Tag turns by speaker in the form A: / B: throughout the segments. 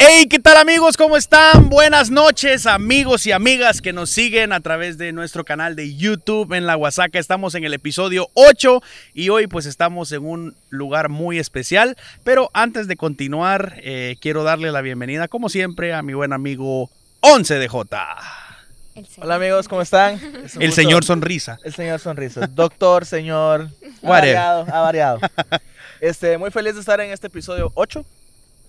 A: Hey, ¿qué tal amigos? ¿Cómo están? Buenas noches, amigos y amigas que nos siguen a través de nuestro canal de YouTube en La Huasaca. Estamos en el episodio 8 y hoy pues estamos en un lugar muy especial. Pero antes de continuar, eh, quiero darle la bienvenida, como siempre, a mi buen amigo 11DJ.
B: El
C: Hola amigos, ¿cómo están? Es un
A: El
C: gusto.
A: señor sonrisa.
C: El señor sonrisa. Doctor, señor. Ha
A: Whatever.
C: variado, ha variado. Este, muy feliz de estar en este episodio 8.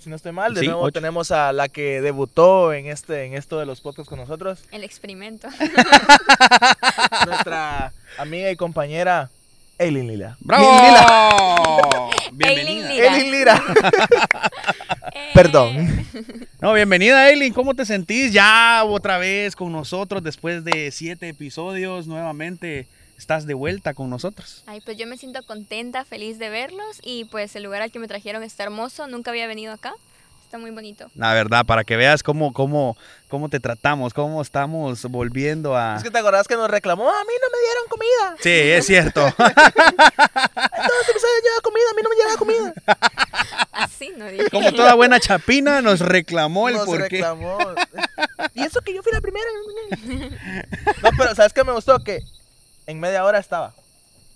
C: Si no estoy mal, de
A: Sí,
C: nuevo
A: ocho.
C: tenemos a la que debutó en este, en esto de los podcasts con nosotros.
B: El experimento.
C: Nuestra amiga y compañera Eileen Lila.
A: ¡Bravo!
B: Bienvenida.
A: Bienvenida.
B: Eileen Lira.
C: Eileen Lira.
B: Eh,
C: Perdón.
A: No, bienvenida, Eileen. ¿Cómo te sentís ya otra vez con nosotros después de siete episodios? Nuevamente estás de vuelta con nosotros.
B: Ay, pues yo me siento contenta, feliz de verlos y pues el lugar al que me trajeron está hermoso, nunca había venido acá, está muy bonito.
A: La verdad, para que veas cómo, cómo, cómo te tratamos, cómo estamos volviendo a.
C: Es que te acordás que nos reclamó, a mí no me dieron comida.
A: Sí, es cierto.
C: En todos los episodios lleva comida, a mí no me lleva comida.
B: Así no dije.
A: Como toda buena chapina nos reclamó el
C: Nos
A: porqué.
C: reclamó. Y eso que yo fui la primera. No, pero ¿sabes qué me gustó? Que en media hora estaba.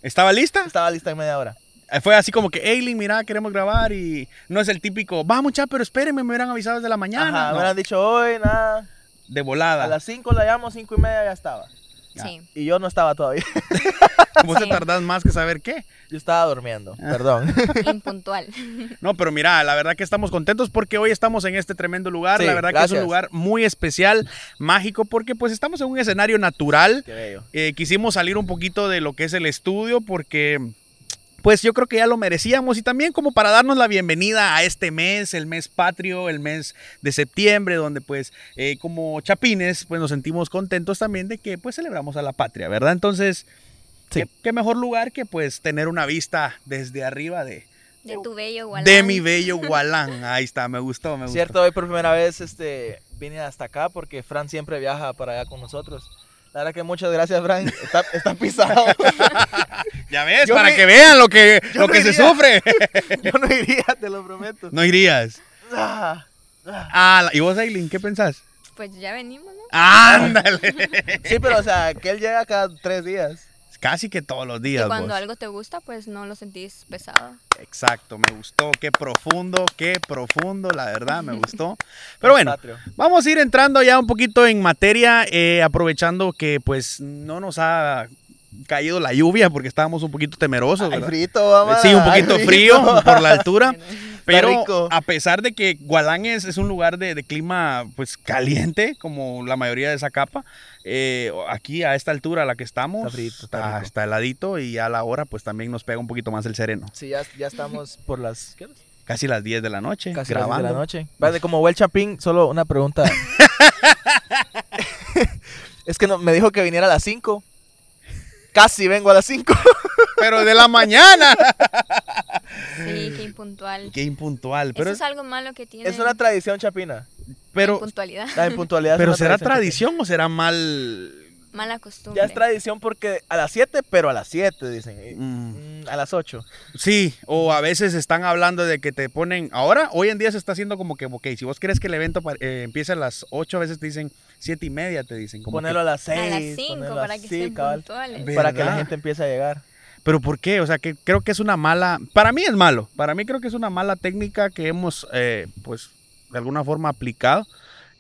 A: ¿Estaba lista?
C: Estaba lista en media hora.
A: Eh, Fue así como que, Eileen, mira, queremos grabar y no es el típico, vamos, ya, pero espérenme, me hubieran avisado desde la mañana.
C: Ajá,
A: No,
C: me lo han dicho hoy, nada.
A: De
C: A
A: volada.
C: las 5 la llamo, 5 y media ya estaba.
B: Sí.
C: Y yo no estaba todavía.
A: Vos te
B: Sí.
A: tardás más que saber qué.
C: Yo estaba durmiendo, perdón.
B: Impuntual.
A: No, pero mira, la verdad que estamos contentos porque hoy estamos en este tremendo lugar.
C: Sí,
A: la verdad que es
C: gracias.
A: un lugar muy especial, mágico, porque pues estamos en un escenario natural.
C: Qué bello.
A: Eh, quisimos salir un poquito de lo que es el estudio porque... Pues yo creo que ya lo merecíamos y también como para darnos la bienvenida a este mes, el mes patrio, el mes de septiembre, donde pues eh, como chapines pues nos sentimos contentos también de que pues celebramos a la patria, ¿verdad? Entonces,
C: Sí.
A: ¿qué, qué mejor lugar que pues tener una vista desde arriba de,
B: De tu bello Gualán.
A: de mi bello Gualán. Ahí está, me gustó, me gustó.
C: Cierto, hoy por primera vez este, vine hasta acá porque Fran siempre viaja para allá con nosotros. La verdad que muchas gracias, Fran. Está, está pisado.
A: Ya ves,
C: Yo
A: para
C: me-
A: que vean lo que,
C: yo
A: lo
C: no
A: que se
C: iría.
A: sufre.
C: Yo no iría, te lo prometo.
A: No irías.
C: Ah,
A: Ah, la- ¿y vos, Aileen, qué pensás?
B: Pues ya venimos, ¿no?
A: Ándale.
C: Sí, pero o sea, que él llega cada tres días.
A: Casi que todos los
B: Y
A: días.
B: cuando
A: vos.
B: algo te gusta, pues no lo sentís pesado.
A: Exacto, me gustó. Qué profundo, qué profundo, la verdad, me gustó. Pero bueno,
C: Patrio.
A: Vamos a ir entrando ya un poquito en materia, eh, aprovechando que pues no nos ha caído la lluvia porque estábamos un poquito temerosos.
C: Ay,
A: ¿verdad?
C: frito, mamá.
A: Sí, un
C: Ay,
A: poquito frío por la altura. Pero
C: rico.
A: a pesar de que Gualán es, es un lugar de, de clima pues caliente, como la mayoría de esa capa, eh, aquí a esta altura a la que estamos ah,
C: Está frito, está rico.
A: está heladito y a la hora pues también nos pega un poquito más el sereno.
C: Sí, ya, ya estamos por las... ¿qué horas?
A: Casi las 10 de la noche,
C: Casi las diez
A: grabando.
C: de la noche. Vale, como buen chapín, solo una pregunta. es que no- me dijo que viniera a las 5. Casi vengo a las 5.
A: Pero de la mañana.
B: Sí, qué impuntual.
A: Qué impuntual, pero,
B: Eso es algo malo que tiene
C: es una tradición chapina.
A: pero
B: puntualidad.
C: La impuntualidad. es
A: Pero
C: una
A: será
C: chapina.
A: tradición o será mal.
B: Mala costumbre.
C: Ya es tradición porque a las 7, pero a las 7, dicen. Y-
A: Mm,
C: mm, A las 8.
A: Sí, o a veces están hablando de que te ponen. Ahora, hoy en día se está haciendo como que, ok, si vos crees que el evento pa- eh, empiece a las 8, a veces te dicen 7 y media, te dicen. como
C: Ponelo a
A: que-
C: las 6.
B: a las 5 para que estén puntuales.
A: Ve-
C: Para que la
A: ¿Verdad?
C: gente empiece a llegar.
A: Pero ¿por qué? O sea, que creo que es una mala. Para mí es malo. Para mí creo que es una mala técnica que hemos, eh, pues, de alguna forma aplicado.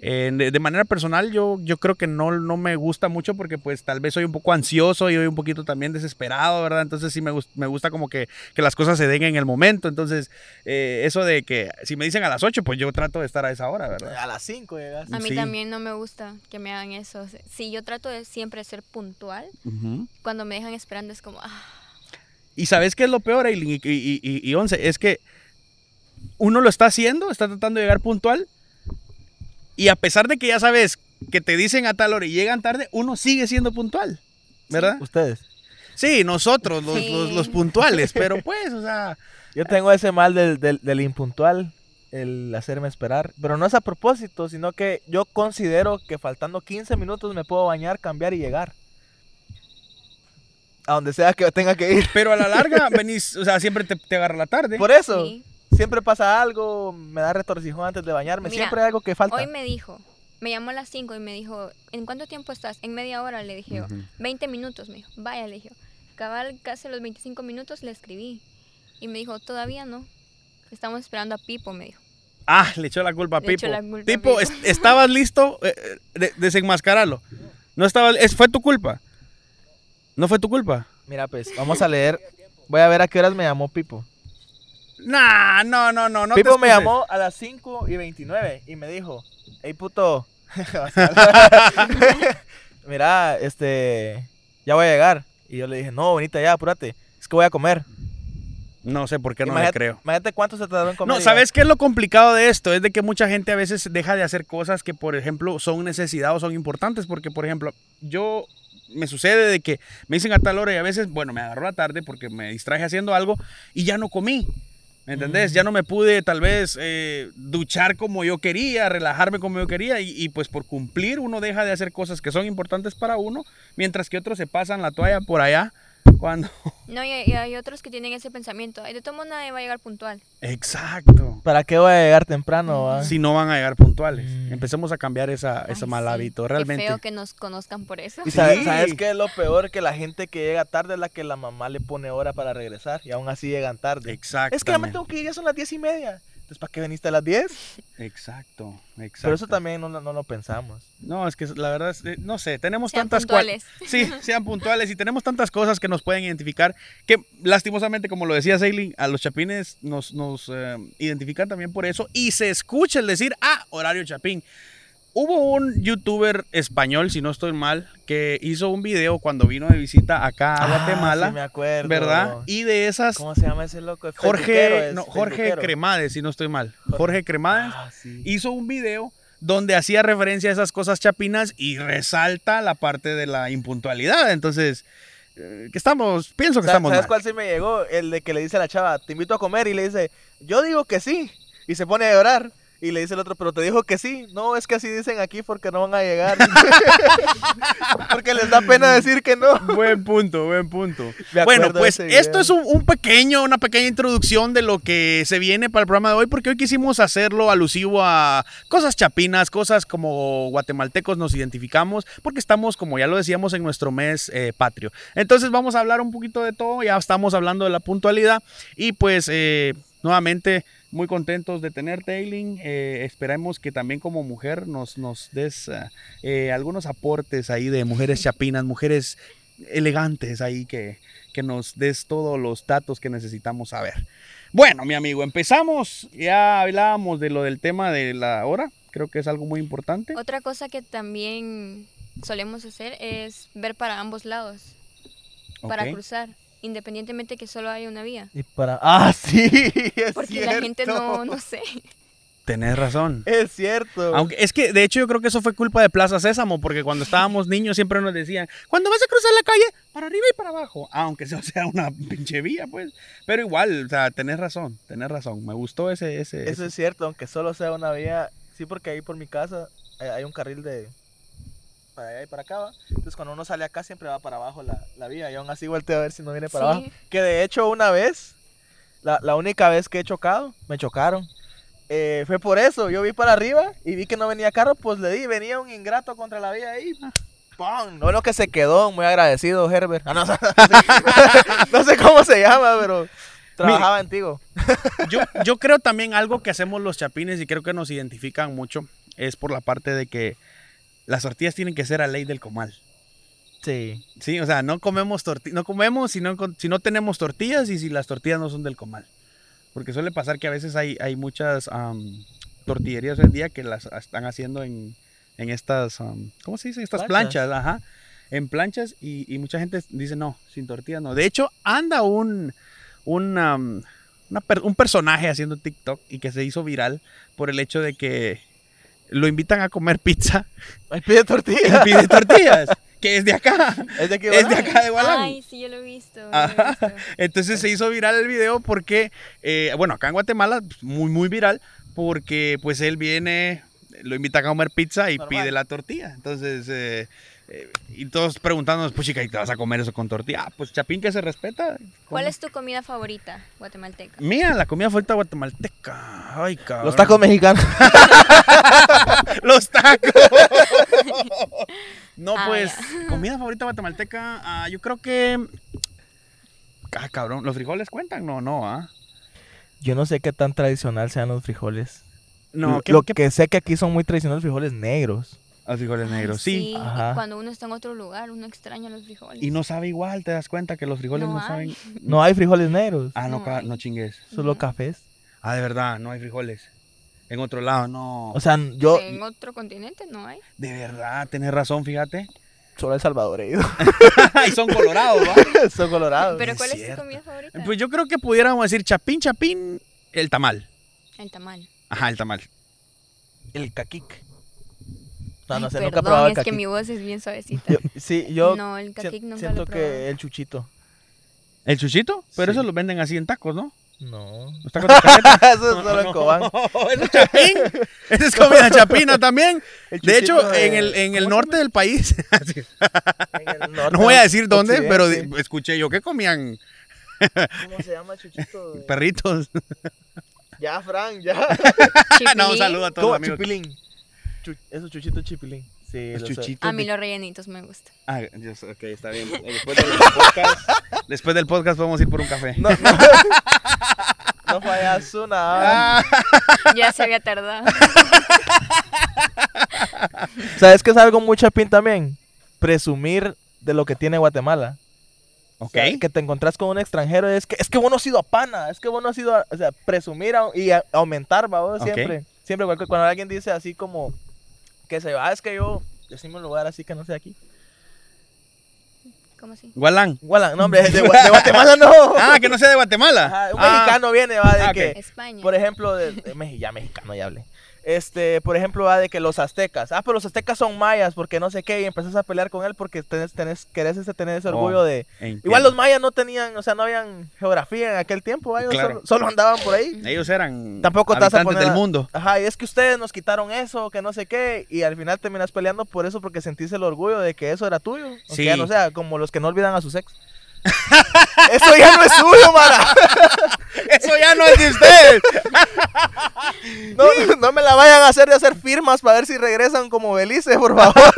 A: Eh, de, de manera personal, yo, yo creo que no, no me gusta mucho porque pues tal vez soy un poco ansioso y soy un poquito también desesperado, ¿verdad? Entonces sí me, gus- me gusta como que, que las cosas se den en el momento. Entonces, eh, eso de que si me dicen a las 8, pues yo trato de estar a esa hora, ¿verdad?
C: A las 5 llegas.
B: A mí
A: Sí.
B: también no me gusta que me hagan eso. Sí, yo trato de siempre ser puntual. Cuando me dejan esperando es como, ah,
A: Y sabes qué es lo peor, Aileen y, y, y- y Once, es que uno lo está haciendo, está tratando de llegar puntual, y a pesar de que ya sabes que te dicen a tal hora y llegan tarde, uno sigue siendo puntual, ¿verdad?
C: Ustedes.
A: Sí, nosotros, los,
B: Sí.
A: los- los puntuales, pero pues, o sea,
C: Yo tengo ese mal del, del, del impuntual, el hacerme esperar. Pero no es a propósito, sino que yo considero que faltando 15 minutos me puedo bañar, cambiar y llegar. A donde sea que tenga que ir.
A: pero a la larga venís, o sea, siempre te, te agarra la tarde.
C: Por eso.
B: sí.
C: siempre pasa algo, me da retorcijón antes de bañarme,
B: Mira,
C: siempre hay algo que falta.
B: Hoy me dijo, me llamó a las 5 y me dijo, ¿en cuánto tiempo estás? En media hora le dije, yo.
A: Ujú.
B: 20 minutos, me dijo. Vaya, le dije. yo. Cabal, casi a los 25 minutos le escribí. Y me dijo, todavía no. Estamos esperando a Pipo, me dijo.
A: Ah, le echó la culpa a
B: Le
A: Pipo.
B: echó la culpa a
A: Tipo,
B: Pipo.
A: es- estabas listo, eh, eh, de- desenmascaralo. No estaba, es- fue tu culpa. No fue tu culpa.
C: Mira, pues, vamos a leer. Voy a ver a qué horas me llamó Pipo.
A: Nah, no, no, no, no. te
C: Pipo me
A: excuses.
C: llamó a las 5 y 29 y me dijo, hey puto. Mira, este, ya voy a llegar. Y yo le dije, no, bonita, ya, apúrate. Es que voy a comer.
A: No sé por qué no le
C: Imagínate-
A: creo.
C: Imagínate cuánto se tardaron en comer.
A: No,
C: y
A: ¿sabes qué es lo complicado de esto? Es de que mucha gente a veces deja de hacer cosas que, por ejemplo, son necesidad o son importantes. Porque, por ejemplo, yo me sucede de que me dicen a tal hora y a veces, bueno, me agarró la tarde porque me distraje haciendo algo y ya no comí. ¿Me entendés?
C: Mm.
A: Ya no me pude tal vez eh, duchar como yo quería, relajarme como yo quería y, y, pues por cumplir uno deja de hacer cosas que son importantes para uno, mientras que otros se pasan la toalla por allá cuando...
B: No, y, y hay otros que tienen ese pensamiento. "Ay, De todo modo nadie va a llegar puntual.
A: Exacto.
C: ¿Para qué voy a llegar temprano? va?
A: si no van a llegar puntuales.
C: Ah. Mm.
A: Empecemos a cambiar esa, ese
B: Ay,
A: mal
B: sí,
A: hábito,
B: Qué
A: realmente.
B: feo que nos conozcan por eso.
C: ¿Y sabes,
A: Sí.
C: ¿sabes qué es lo peor? Que la gente que llega tarde es la que la mamá le pone hora para regresar y aún así llegan tarde.
A: Exacto.
C: Es que ya me tengo que ir, ya son las diez y media. Entonces, ¿para qué veniste a las 10?
A: Exacto, exacto.
C: Pero eso también no, no lo pensamos.
A: No, es que la verdad, es- eh, no sé, tenemos
B: Sean
A: tantas cual-
B: puntuales.
A: Sí, sean puntuales y tenemos tantas cosas que nos pueden identificar que lastimosamente, como lo decía Sailing, a los chapines nos, nos eh, identifican también por eso y se escucha el decir, ah, horario chapín. Hubo un youtuber español, si no estoy mal, que hizo un video cuando vino de visita acá a
C: Ah,
A: Guatemala,
C: sí me acuerdo.
A: ¿verdad? Y de esas
C: ¿Cómo se llama ese loco? Es
A: Jorge,
C: peluquero,
A: no,
C: es
A: Jorge
C: peluquero.
A: Cremades, si no estoy mal.
C: Jorge-
A: Jorge Cremades
C: Ah, sí.
A: hizo un video donde hacía referencia a esas cosas chapinas y resalta la parte de la impuntualidad. Entonces, eh, que estamos, pienso que
C: Sa-
A: estamos
C: ¿Sabes
A: mal.
C: cuál sí me llegó? El de que le dice a la chava, te invito a comer y le dice, yo digo que sí. Y se pone a llorar. Y le dice el otro, pero te dijo que sí. No, es que así dicen aquí porque no van a llegar. porque les da pena decir que no.
A: Buen punto, buen punto.
C: Me
A: Bueno,
C: acuerdo de
A: pues
C: ese video.
A: esto es un, un pequeño, una pequeña introducción de lo que se viene para el programa de hoy, porque hoy quisimos hacerlo alusivo a cosas chapinas, cosas como guatemaltecos nos identificamos, porque estamos, como ya lo decíamos, en nuestro mes eh, patrio. Entonces vamos a hablar un poquito de todo, ya estamos hablando de la puntualidad y pues eh, nuevamente muy contentos de tenerte, Eileen. Eh, esperemos que también como mujer nos, nos des ah, eh, algunos aportes ahí de mujeres chapinas, mujeres elegantes ahí que, que nos des todos los datos que necesitamos saber. Bueno, mi amigo, empezamos. Ya hablábamos de lo del tema de la hora. Creo que es algo muy importante.
B: Otra cosa que también solemos hacer es ver para ambos lados, para
A: Ok.
B: cruzar, independientemente que solo haya una vía.
C: Y para... Ah, sí. Es
B: Porque
C: cierto.
B: la gente no, no sé.
A: Tenés razón.
C: Es cierto.
A: Aunque es que de hecho yo creo que eso fue culpa de Plaza Sésamo, porque cuando estábamos niños siempre nos decían, cuando vas a cruzar la calle, para arriba y para abajo, aunque eso sea una pinche vía, pues. Pero igual, o sea, tenés razón, tenés razón. Me gustó ese, ese,
C: Eso es cierto, aunque solo sea una vía. Sí, porque ahí por mi casa eh, hay un carril de para allá y para acá. ¿va? Entonces, cuando uno sale acá, siempre va para abajo la, la vía. Y aún así volteo a ver si no viene para
B: Sí.
C: abajo. Que de hecho, una vez, la, la única vez que he chocado, me chocaron. Eh, fue por eso. Yo vi para arriba y vi que no venía carro, pues le di. Venía un ingrato contra la vía ahí. ¡Pum! No lo que se quedó. Muy agradecido, Herbert. Ah, no, no sé cómo se llama, pero trabajaba antiguo.
A: yo, yo creo también algo que hacemos los chapines y creo que nos identifican mucho es por la parte de que las tortillas tienen que ser a ley del comal.
C: Sí.
A: Sí, o sea, no comemos tortillas, no comemos si no, encon- si no tenemos tortillas y si las tortillas no son del comal. Porque suele pasar que a veces hay, hay muchas am, tortillerías hoy en día que las están haciendo en, en estas, am, ¿cómo se dice? Estas planchas,
C: Planchas.
A: ajá. En planchas y, y mucha gente dice, no, sin tortillas no. De hecho, anda un, un, am, una per- un personaje haciendo TikTok y que se hizo viral por el hecho de que lo invitan a comer pizza
C: Ahí pide
A: y
C: tortilla.
A: pide tortillas, que es de acá.
C: Es de aquí,
A: Es de
C: ¿verdad?
A: acá de Gualán.
B: Ay, sí, yo lo he visto. yo lo he
A: Ajá.
B: visto.
A: Entonces se hizo viral el video porque, eh, bueno, acá en Guatemala, pues, muy, muy viral, porque pues él viene, lo invita a comer pizza y
C: Normal.
A: pide la tortilla. Entonces, eh, Eh, y todos preguntándonos, pues chica, ¿y te vas a comer eso con tortilla? Ah, pues chapín que se respeta.
B: ¿Cuál es tu comida favorita guatemalteca?
A: Mira, la comida favorita guatemalteca. Ay, cabrón.
C: Los tacos mexicanos.
A: Los tacos. no,
B: Ah,
A: pues,
B: ya.
A: comida favorita guatemalteca, ah, yo creo que... Ah, cabrón, ¿los frijoles cuentan? No, no, ¿ah?
C: Yo no sé qué tan tradicional sean los frijoles.
A: No,
C: Lo-
A: ¿qué,
C: Lo
A: qué-
C: que sé que aquí son muy tradicionales los frijoles negros.
A: Los frijoles negros, sí.
B: y
C: Ajá.
B: cuando uno está en otro lugar, uno extraña los frijoles.
A: Y no sabe igual, te das cuenta que los frijoles no,
B: No
A: saben...
B: hay.
C: No hay frijoles negros.
A: Ah, no,
B: No
A: ca-
B: hay.
A: no chingues.
C: Solo
B: Ujú.
C: cafés.
A: Ah, de verdad, no hay frijoles. En otro lado, no.
C: O sea, yo
B: En otro continente no hay.
A: de verdad, tenés razón, fíjate.
C: solo el salvadoreño.
A: y son colorados, ¿va?
C: Son colorados.
B: Pero
A: es
B: ¿cuál es, tu
A: cierto.
B: comida favorita?
A: Pues yo creo que pudiéramos decir chapín, chapín, el tamal.
B: El tamal.
A: Ajá, el tamal.
C: El caquic. No, no
B: Ay,
C: sé,
B: perdón,
C: nunca he probado el
B: es que
C: caquic.
B: mi voz es bien suavecita.
C: Yo- sí, yo
B: no, el
C: sien-
B: caquic nunca
C: siento
B: lo he probado.
C: que el chuchito.
A: ¿El chuchito? Pero
C: Sí.
A: eso lo venden así en tacos, ¿no?
C: No.
A: Los tacos de carreta.
C: Eso es solo en Cobán.
A: Eso es chapín. Esa es comida chapina también.
C: El
A: De hecho,
C: chuchito
A: en el, en el
C: ¿cómo
A: norte del país, así es.
C: se llama? En el norte,
A: no voy a decir dónde,
C: occidente.
A: pero di- escuché yo que comían
C: ¿Cómo se llama el chuchito? de-
A: perritos.
C: Ya, Frank, ya.
A: Ah, no, un
B: Chipilín.
A: saludo a todos los
C: ¿Cómo?
A: amigos.
C: Chipilín. Chu- Eso chuchito chipilín. Sí,
A: Los
C: lo sé.
A: chuchitos
B: A mí
A: de-
B: los rellenitos me gustan.
A: Ah, Dios, ok, está bien. Eh, Después del podcast, después del podcast podemos ir por un café.
C: No, no. no fallas una.
A: Ah,
B: Ya se había tardado.
C: ¿Sabes qué es algo muy chapín también? Presumir de lo que tiene Guatemala. O
A: ok.
C: sea, que te encontrás con un extranjero y es que, es que vos no has ido a pana, es que vos no has ido a, o sea, presumir a- y a- aumentar, va, vos,
A: Ok.
C: siempre. Siempre cualquier- cuando alguien dice así como que se va, es que yo, decime un lugar así que no sea aquí.
B: ¿Cómo así?
A: Gualán.
C: Guala, no, hombre, de, Gua- de Guatemala no.
A: Ah, que no sea de Guatemala.
C: Ajá, un
A: Ah,
C: mexicano viene, va, de
A: ah,
C: que...
B: España.
C: Por ejemplo, de, de Meji- ya mexicano ya hablé. Este, por ejemplo, va de que los aztecas, ah, pero los aztecas son mayas porque no sé qué, y empezás a pelear con él porque tenés, tenés, querés ese, tener ese
A: Oh,
C: orgullo de...
A: entiendo.
C: Igual los mayas no tenían, o sea, no habían geografía en aquel tiempo, va, ellos
A: Claro.
C: solo, solo andaban por ahí.
A: Ellos eran
C: Tampoco te vas a
A: habitantes
C: poner
A: del
C: a-
A: mundo.
C: Ajá, y es que ustedes nos quitaron eso, que no sé qué, y al final terminas peleando por eso porque sentís el orgullo de que eso era tuyo. Aunque
A: Sí.
C: ya no sea, como los que no olvidan a su sexo. eso ya no es suyo, mara.
A: Eso ya no es de ustedes.
C: No, no- no me la vayan a hacer de hacer firmas para ver si regresan como Belice, por favor.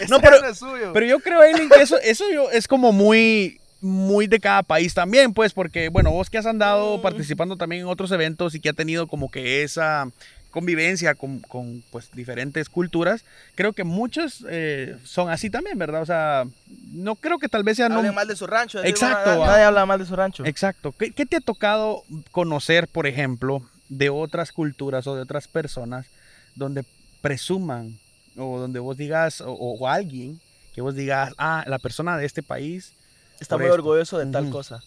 C: Eso
A: No,
C: ya
A: pero-
C: no es suyo.
A: Pero yo creo, Aileen, que eso, eso yo, es como muy, muy de cada país también, pues, porque, bueno, vos que has andado
C: Mm.
A: participando también en otros eventos y que ha tenido como que esa convivencia con, con, pues, diferentes culturas, creo que muchos eh, son así también, ¿verdad? O sea, no creo que tal vez sean...
C: Hablen
A: un-
C: mal de su rancho. así,
A: Exacto,
C: na-
A: va.
C: Nadie habla mal de su rancho.
A: Exacto. ¿Qué, qué te ha tocado conocer, por ejemplo, de otras culturas o de otras personas donde presuman o donde vos digas, o, o alguien que vos digas, ah, la persona de este país,
C: Está
A: por
C: muy
A: esto.
C: orgulloso de tal
A: Ujú.
C: cosa.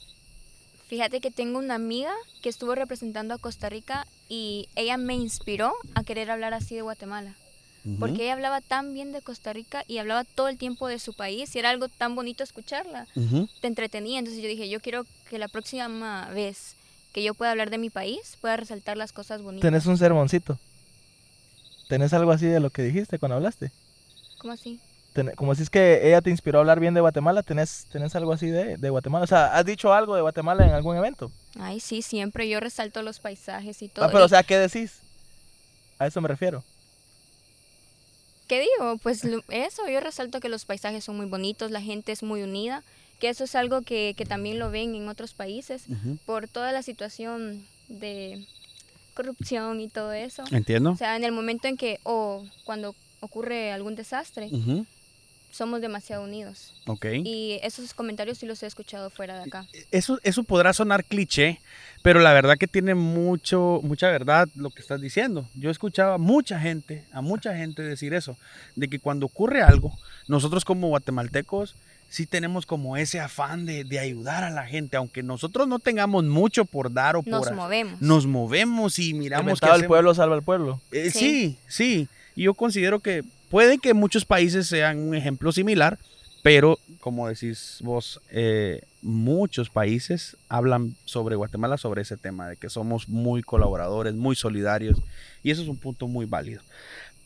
B: Fíjate que tengo una amiga que estuvo representando a Costa Rica y ella me inspiró a querer hablar así de Guatemala. Porque ella hablaba tan bien de Costa Rica y hablaba todo el tiempo de su país y era algo tan bonito escucharla.
A: Ujú,
B: Te entretenía, entonces yo dije, yo quiero que la próxima vez que yo pueda hablar de mi país pueda resaltar las cosas bonitas.
C: Tenés un sermoncito. Tenés algo así de lo que dijiste cuando hablaste.
B: ¿Cómo así?
C: Ten- como si es que ella te inspiró a hablar bien de Guatemala, tenés, tenés algo así de, de Guatemala. O sea, ¿has dicho algo de Guatemala en algún evento?
B: Ay, sí, siempre yo resalto los paisajes y todo.
C: Ah, pero
B: Y-
C: o sea, ¿qué decís? A eso me refiero.
B: ¿Qué digo? Pues lo- eso, yo resalto que los paisajes son muy bonitos, la gente es muy unida, que eso es algo que, que también lo ven en otros países
A: ujú.
B: por toda la situación de corrupción y todo eso.
A: Entiendo.
B: O sea, en el momento en que o cuando ocurre algún desastre,
A: Ujú,
B: somos demasiado unidos.
A: Ok.
B: Y esos comentarios sí los he escuchado fuera de acá.
A: Eso, eso podrá sonar cliché, pero la verdad que tiene mucho, mucha verdad lo que estás diciendo. Yo escuchaba a mucha gente, a mucha gente decir eso, de que cuando ocurre algo, nosotros como guatemaltecos sí tenemos como ese afán de, de ayudar a la gente, aunque nosotros no tengamos mucho por dar o por
B: Nos
A: hacer.
B: movemos.
A: Nos movemos y
C: El
A: miramos que
C: mentado del
A: hacemos-
C: pueblo salva al pueblo.
A: Eh, sí.
B: Sí.
A: sí, Y Yo considero que puede que muchos países sean un ejemplo similar, pero como decís vos, eh, muchos países hablan sobre Guatemala, sobre ese tema de que somos muy colaboradores, muy solidarios, y eso es un punto muy válido.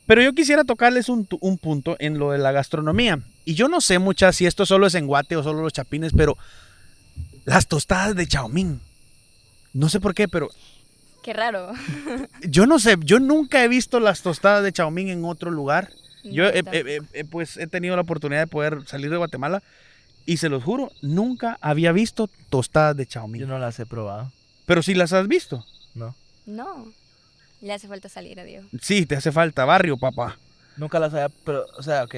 A: Pero yo quisiera tocarles un, tu- un punto en lo de la gastronomía. Y yo no sé muchas si esto solo es en Guate o solo los chapines, pero las tostadas de Chaomín. No sé por qué, pero
B: Qué raro.
A: yo no sé, yo nunca he visto las tostadas de Chaomín en otro lugar. Yo eh, he-
B: Neta.
A: he- he- he, pues he tenido la oportunidad de poder salir de Guatemala y se los juro, nunca había visto tostadas de
C: Yo
A: Chaomín.
C: no las he probado.
A: Pero si las has visto.
C: No.
B: No. Le hace falta salir a Diego.
A: Sí, te hace falta barrio, papá.
C: Nunca las había. Pero, o sea, ok.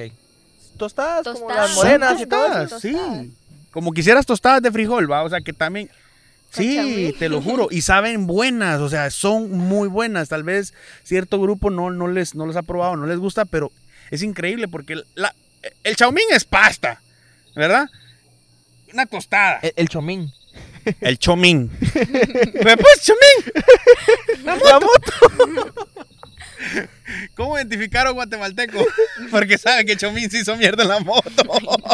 C: Tostadas, como
B: Tostadas.
C: las
A: Son
C: morenas y todo.
A: tostadas,
B: eso.
A: sí.
B: Tostadas.
A: Como quisieras tostadas de frijol, va, o sea que también Sí,
B: Cachamil.
A: te lo juro, y saben buenas, o sea, son muy buenas. Tal vez cierto grupo no, no les no les ha probado, no les gusta, pero es increíble porque la, el chaumín es pasta, ¿verdad? Una tostada.
C: El, el chomín.
A: El chomín. Pero, pues, chomín.
C: La moto.
A: ¿Cómo identificaron guatemalteco? Porque saben que chomín sí hizo mierda en la moto.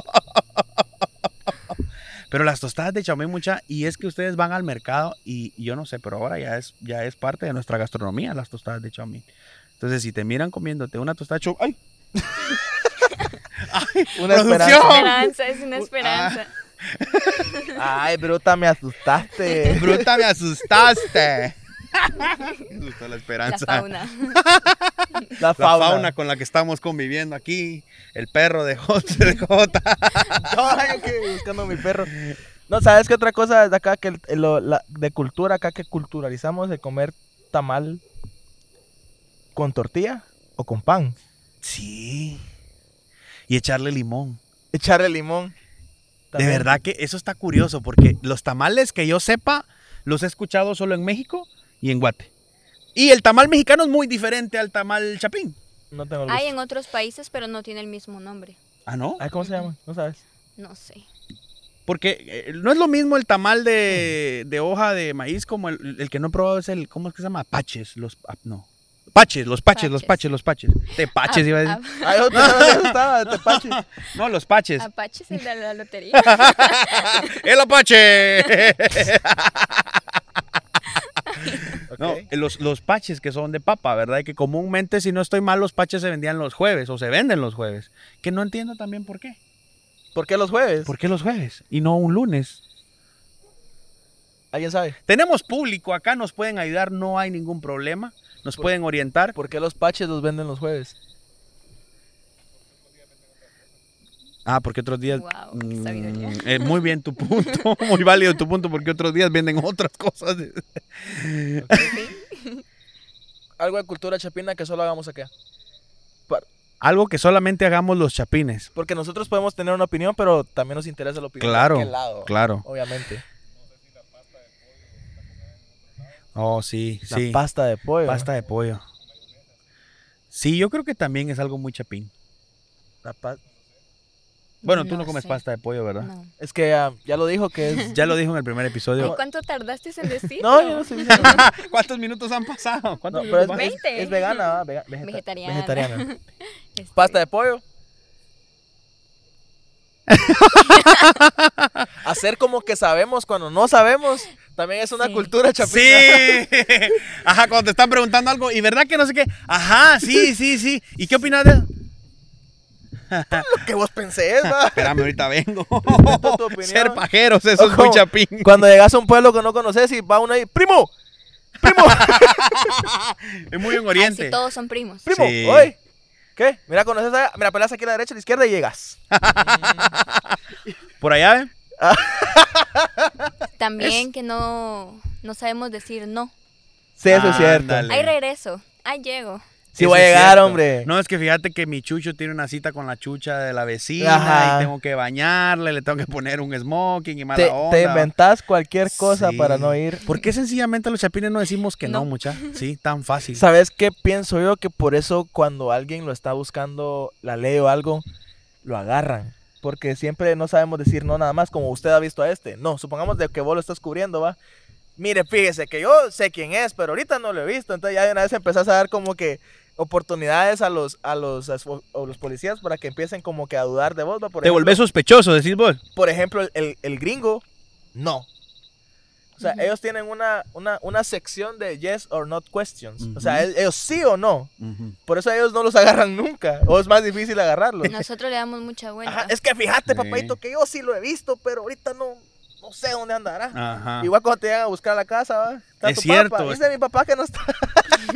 A: Pero las tostadas de chomín mucha, y es que ustedes van al mercado y, y yo no sé, pero ahora ya es, ya es parte de nuestra gastronomía las tostadas de chomín. Entonces, si te miran comiéndote una tostada de chomín, ¡ay!
C: Una
A: Producción.
B: Esperanza,
C: esperanza.
B: es
A: Ah,
B: una esperanza.
C: Ay, bruta, me asustaste.
A: Bruta, me asustaste. Me asustó la
B: La
A: esperanza.
B: fauna.
C: La
A: La
C: fauna.
A: fauna. con la que estamos conviviendo aquí. El perro de Jota. de Jota.
C: Ay, ok, buscando a mi perro. No, ¿sabes qué otra cosa de acá que el- el- lo- la- de cultura acá que culturalizamos de comer tamal con tortilla o con pan?
A: Sí. Y echarle limón.
C: Echarle limón.
A: De
C: También.
A: verdad que eso está curioso porque los tamales que yo sepa los he escuchado solo en México y en Guate. Y el tamal mexicano es muy diferente al tamal chapín.
C: No tengo el gusto.
B: Hay en otros países, pero no tiene el mismo nombre.
A: Ah, ¿no?
C: Ay, ¿cómo se llama? No sabes.
B: No sé.
A: Porque eh, no es lo mismo el tamal de, de hoja de maíz como el, el que no he probado es el, ¿cómo es que se llama? Paches, los, ah, no. Paches, los paches, los paches,
B: Paches.
A: los paches. Te paches,
B: Ah,
A: iba a decir.
B: ah,
C: Ay, otra vez estaba, tepache.
A: No, los paches.
B: Apache es el de la lotería.
A: ¡El apache!
C: Ok.
A: No, los, los paches que son de papa, ¿verdad? Y que comúnmente, si no estoy mal, los paches se vendían los jueves o se venden los jueves. Que no entiendo también por qué.
C: ¿Por qué los jueves?
A: ¿Por qué los jueves y no un lunes?
C: ¿Alguien sabe?
A: Tenemos público acá, nos pueden ayudar, no hay ningún problema. Nos pueden orientar.
C: ¿Por qué los paches los venden los jueves?
A: Ah, porque otros días.
B: Guau, qué sabiduría.
A: Mm, eh, muy bien tu punto, muy válido tu punto, porque otros días venden otras cosas.
C: Algo de cultura chapina que solo hagamos acá.
A: Algo que solamente hagamos los chapines.
C: Porque nosotros podemos tener una opinión, pero también nos interesa la opinión
A: Claro,
C: de aquel lado.
A: claro.
C: Obviamente.
A: Oh, sí, sí.
C: La pasta de pollo.
A: Pasta de pollo. Sí, yo creo que también es algo muy chapín.
C: La pa-
A: Bueno, tú no comes
B: sé.
A: pasta de pollo, ¿verdad?
B: No.
C: Es que ah, ya lo dijo que es.
A: Ya lo dijo en el primer
B: Ay,
A: episodio.
B: ¿Cuánto tardaste en decir?
C: No, yo no soy vegana.
A: ¿Cuántos minutos han pasado?
C: No,
A: ¿Cuántos
C: pero
A: minutos
C: es,
A: van?
C: es-
B: Veinte.
C: es vegana, ¿va? Vega- vegeta-
B: Vegetariana.
C: vegetariana.
B: Este,
C: Pasta de pollo. Hacer como que sabemos cuando no sabemos también es una
B: Sí.
C: cultura chapina.
A: Sí. Ajá, cuando te están preguntando algo y verdad que no sé qué. Ajá, sí, sí, sí. ¿Y qué opinas de eso?
C: Lo que vos pensés, ¿va?
A: Espérame, ahorita vengo.
C: Respeto tu opinión.
A: Ser pajeros, eso es
C: Ojo.
A: muy chapín.
C: Cuando llegas a un pueblo que no conoces y va uno ahí, primo, primo,
A: Es muy en
B: Ay,
A: Oriente.
B: sí, todos son primos.
C: primo,
A: Sí.
C: oye, ¿qué? Mira, conoces a, mira, pelas aquí a la derecha, a la izquierda y llegas.
A: Por allá, eh? ¿ven?
B: También que no, no sabemos decir no.
C: Sí, eso es cierto.
A: Ándale.
B: Ahí regreso. Ahí llego.
C: Sí,
A: Eso
C: voy a
A: es
C: llegar,
A: cierto.
C: hombre.
A: No, es que fíjate que mi chucho tiene una cita con la chucha de la vecina
C: Ajá.
A: y tengo que bañarle, le tengo que poner un smoking y mala
C: te,
A: onda.
C: te inventás cualquier cosa
A: Sí.
C: para no ir.
A: ¿Por qué sencillamente los chapines no decimos que no,
B: No.
A: mucha? Sí, tan fácil.
C: ¿Sabes qué pienso yo? Que por eso cuando alguien lo está buscando la ley o algo, lo agarran. Porque siempre no sabemos decir no nada más, como usted ha visto a este. No, supongamos de que vos lo estás cubriendo, va. Mire, fíjese que yo sé quién es, pero ahorita no lo he visto. Entonces ya de una vez empezás a dar como que oportunidades a los, a los, a su- a los policías para que empiecen como que a dudar de vos, va. Por
A: Te
C: ejemplo,
A: volvés sospechoso, decís vos.
C: por ejemplo, el, el gringo, no. O sea,
B: Ujú.
C: ellos tienen una, una, una sección de yes or not questions. O sea,
A: Ujú.
C: el- ellos sí o no.
A: Ujú.
C: Por eso ellos no los agarran nunca. O es más difícil agarrarlos.
B: Nosotros le damos mucha vuelta.
C: Ajá, es que
A: Sí.
C: fíjate, papadito, que yo sí lo he visto, pero ahorita no, no sé dónde andará.
A: Ajá.
C: Igual cuando te llegan a buscar a la casa, ¿va? Está
A: Es
C: tu
A: cierto,
C: papá.
A: es-
C: Dice mi papá que no está.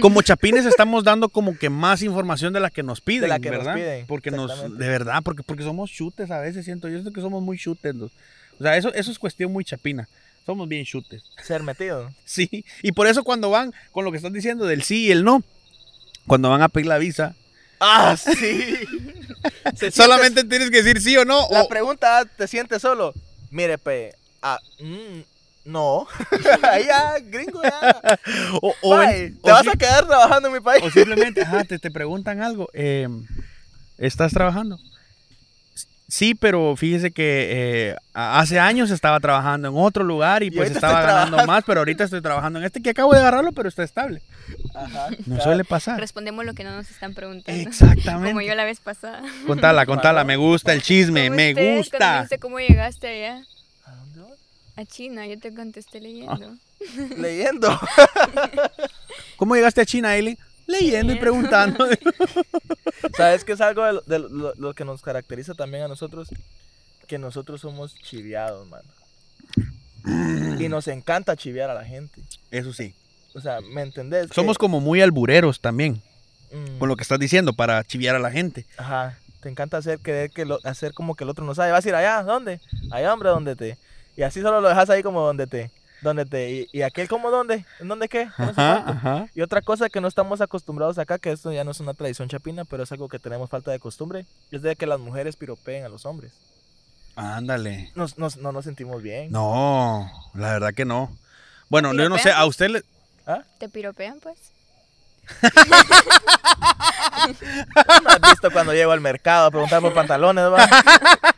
A: Como chapines estamos dando como que más información de la que nos piden,
C: De la que nos
A: ¿verdad?
C: piden,
A: Porque nos,
C: exactamente.
A: de verdad, porque, porque somos chutes a veces, siento. Yo siento que somos muy chutes. los- O sea, eso, eso es cuestión muy chapina. Somos bien chutes.
C: Ser metido.
A: Sí, y por eso cuando van con lo que están diciendo del sí y el no, cuando van a pedir la visa,
C: Ah, sí. Se siente-
A: solamente tienes que decir sí o no.
C: La
A: o-
C: pregunta, ¿te sientes solo? Mire, pe. ah, mm, no. Ahí ya, gringo, ya.
A: o- o-
C: Bye,
A: o
C: te vas
A: sí-
C: a quedar trabajando en mi país.
A: o simplemente, ajá, te, te preguntan algo. eh, ¿Estás trabajando? Sí, pero fíjese que eh, a- hace años estaba trabajando en otro lugar y
C: Y
A: pues
C: ahorita
A: estaba
C: estoy
A: ganando más, pero ahorita estoy trabajando en este que acabo de agarrarlo, pero está estable.
C: Ajá.
A: No
C: Ya.
A: suele pasar.
B: Respondemos lo que no nos están preguntando. Como yo
A: Exactamente.
B: la vez pasada.
A: Contala, contala, me gusta el chisme,
B: Como
A: me
B: ustedes cuando
A: gusta.
B: dice cómo llegaste allá
C: ¿A dónde vas?
B: a China, yo te contesté leyendo.
C: Leyendo.
A: ¿Cómo llegaste a China, Eileen? Leyendo y
B: Leyendo.
A: preguntando.
C: ¿Sabes qué es algo de, lo, de lo- lo que nos caracteriza también a nosotros? Que nosotros somos chiviados, mano. Y nos encanta chiviar a la gente.
A: Eso sí.
C: O sea, ¿me entendés?
A: Somos como muy albureros también,
C: Que, mm,
A: con lo que estás diciendo, para chiviar a la gente.
C: Ajá. Te encanta hacer creer que lo, hacer como que el otro no sabe. Vas a ir allá, ¿dónde? Allá, hombre, ¿dónde te? Y así solo lo dejas ahí como donde te. Donde te. Y, y aquel como dónde? ¿En dónde qué? Que no sé cuánto.
A: ajá.
C: Y otra cosa que no estamos acostumbrados acá, que esto ya no es una tradición chapina, pero es algo que tenemos falta de costumbre, es de que las mujeres piropeen a los hombres.
A: Ándale.
C: Nos, nos- no nos sentimos bien.
A: No, la verdad que no. Bueno, yo no sé,
B: Piropean.
A: a usted le...
B: ¿Te piropean, pues?
C: ¿No has visto cuando llego al mercado a preguntar por pantalones? va?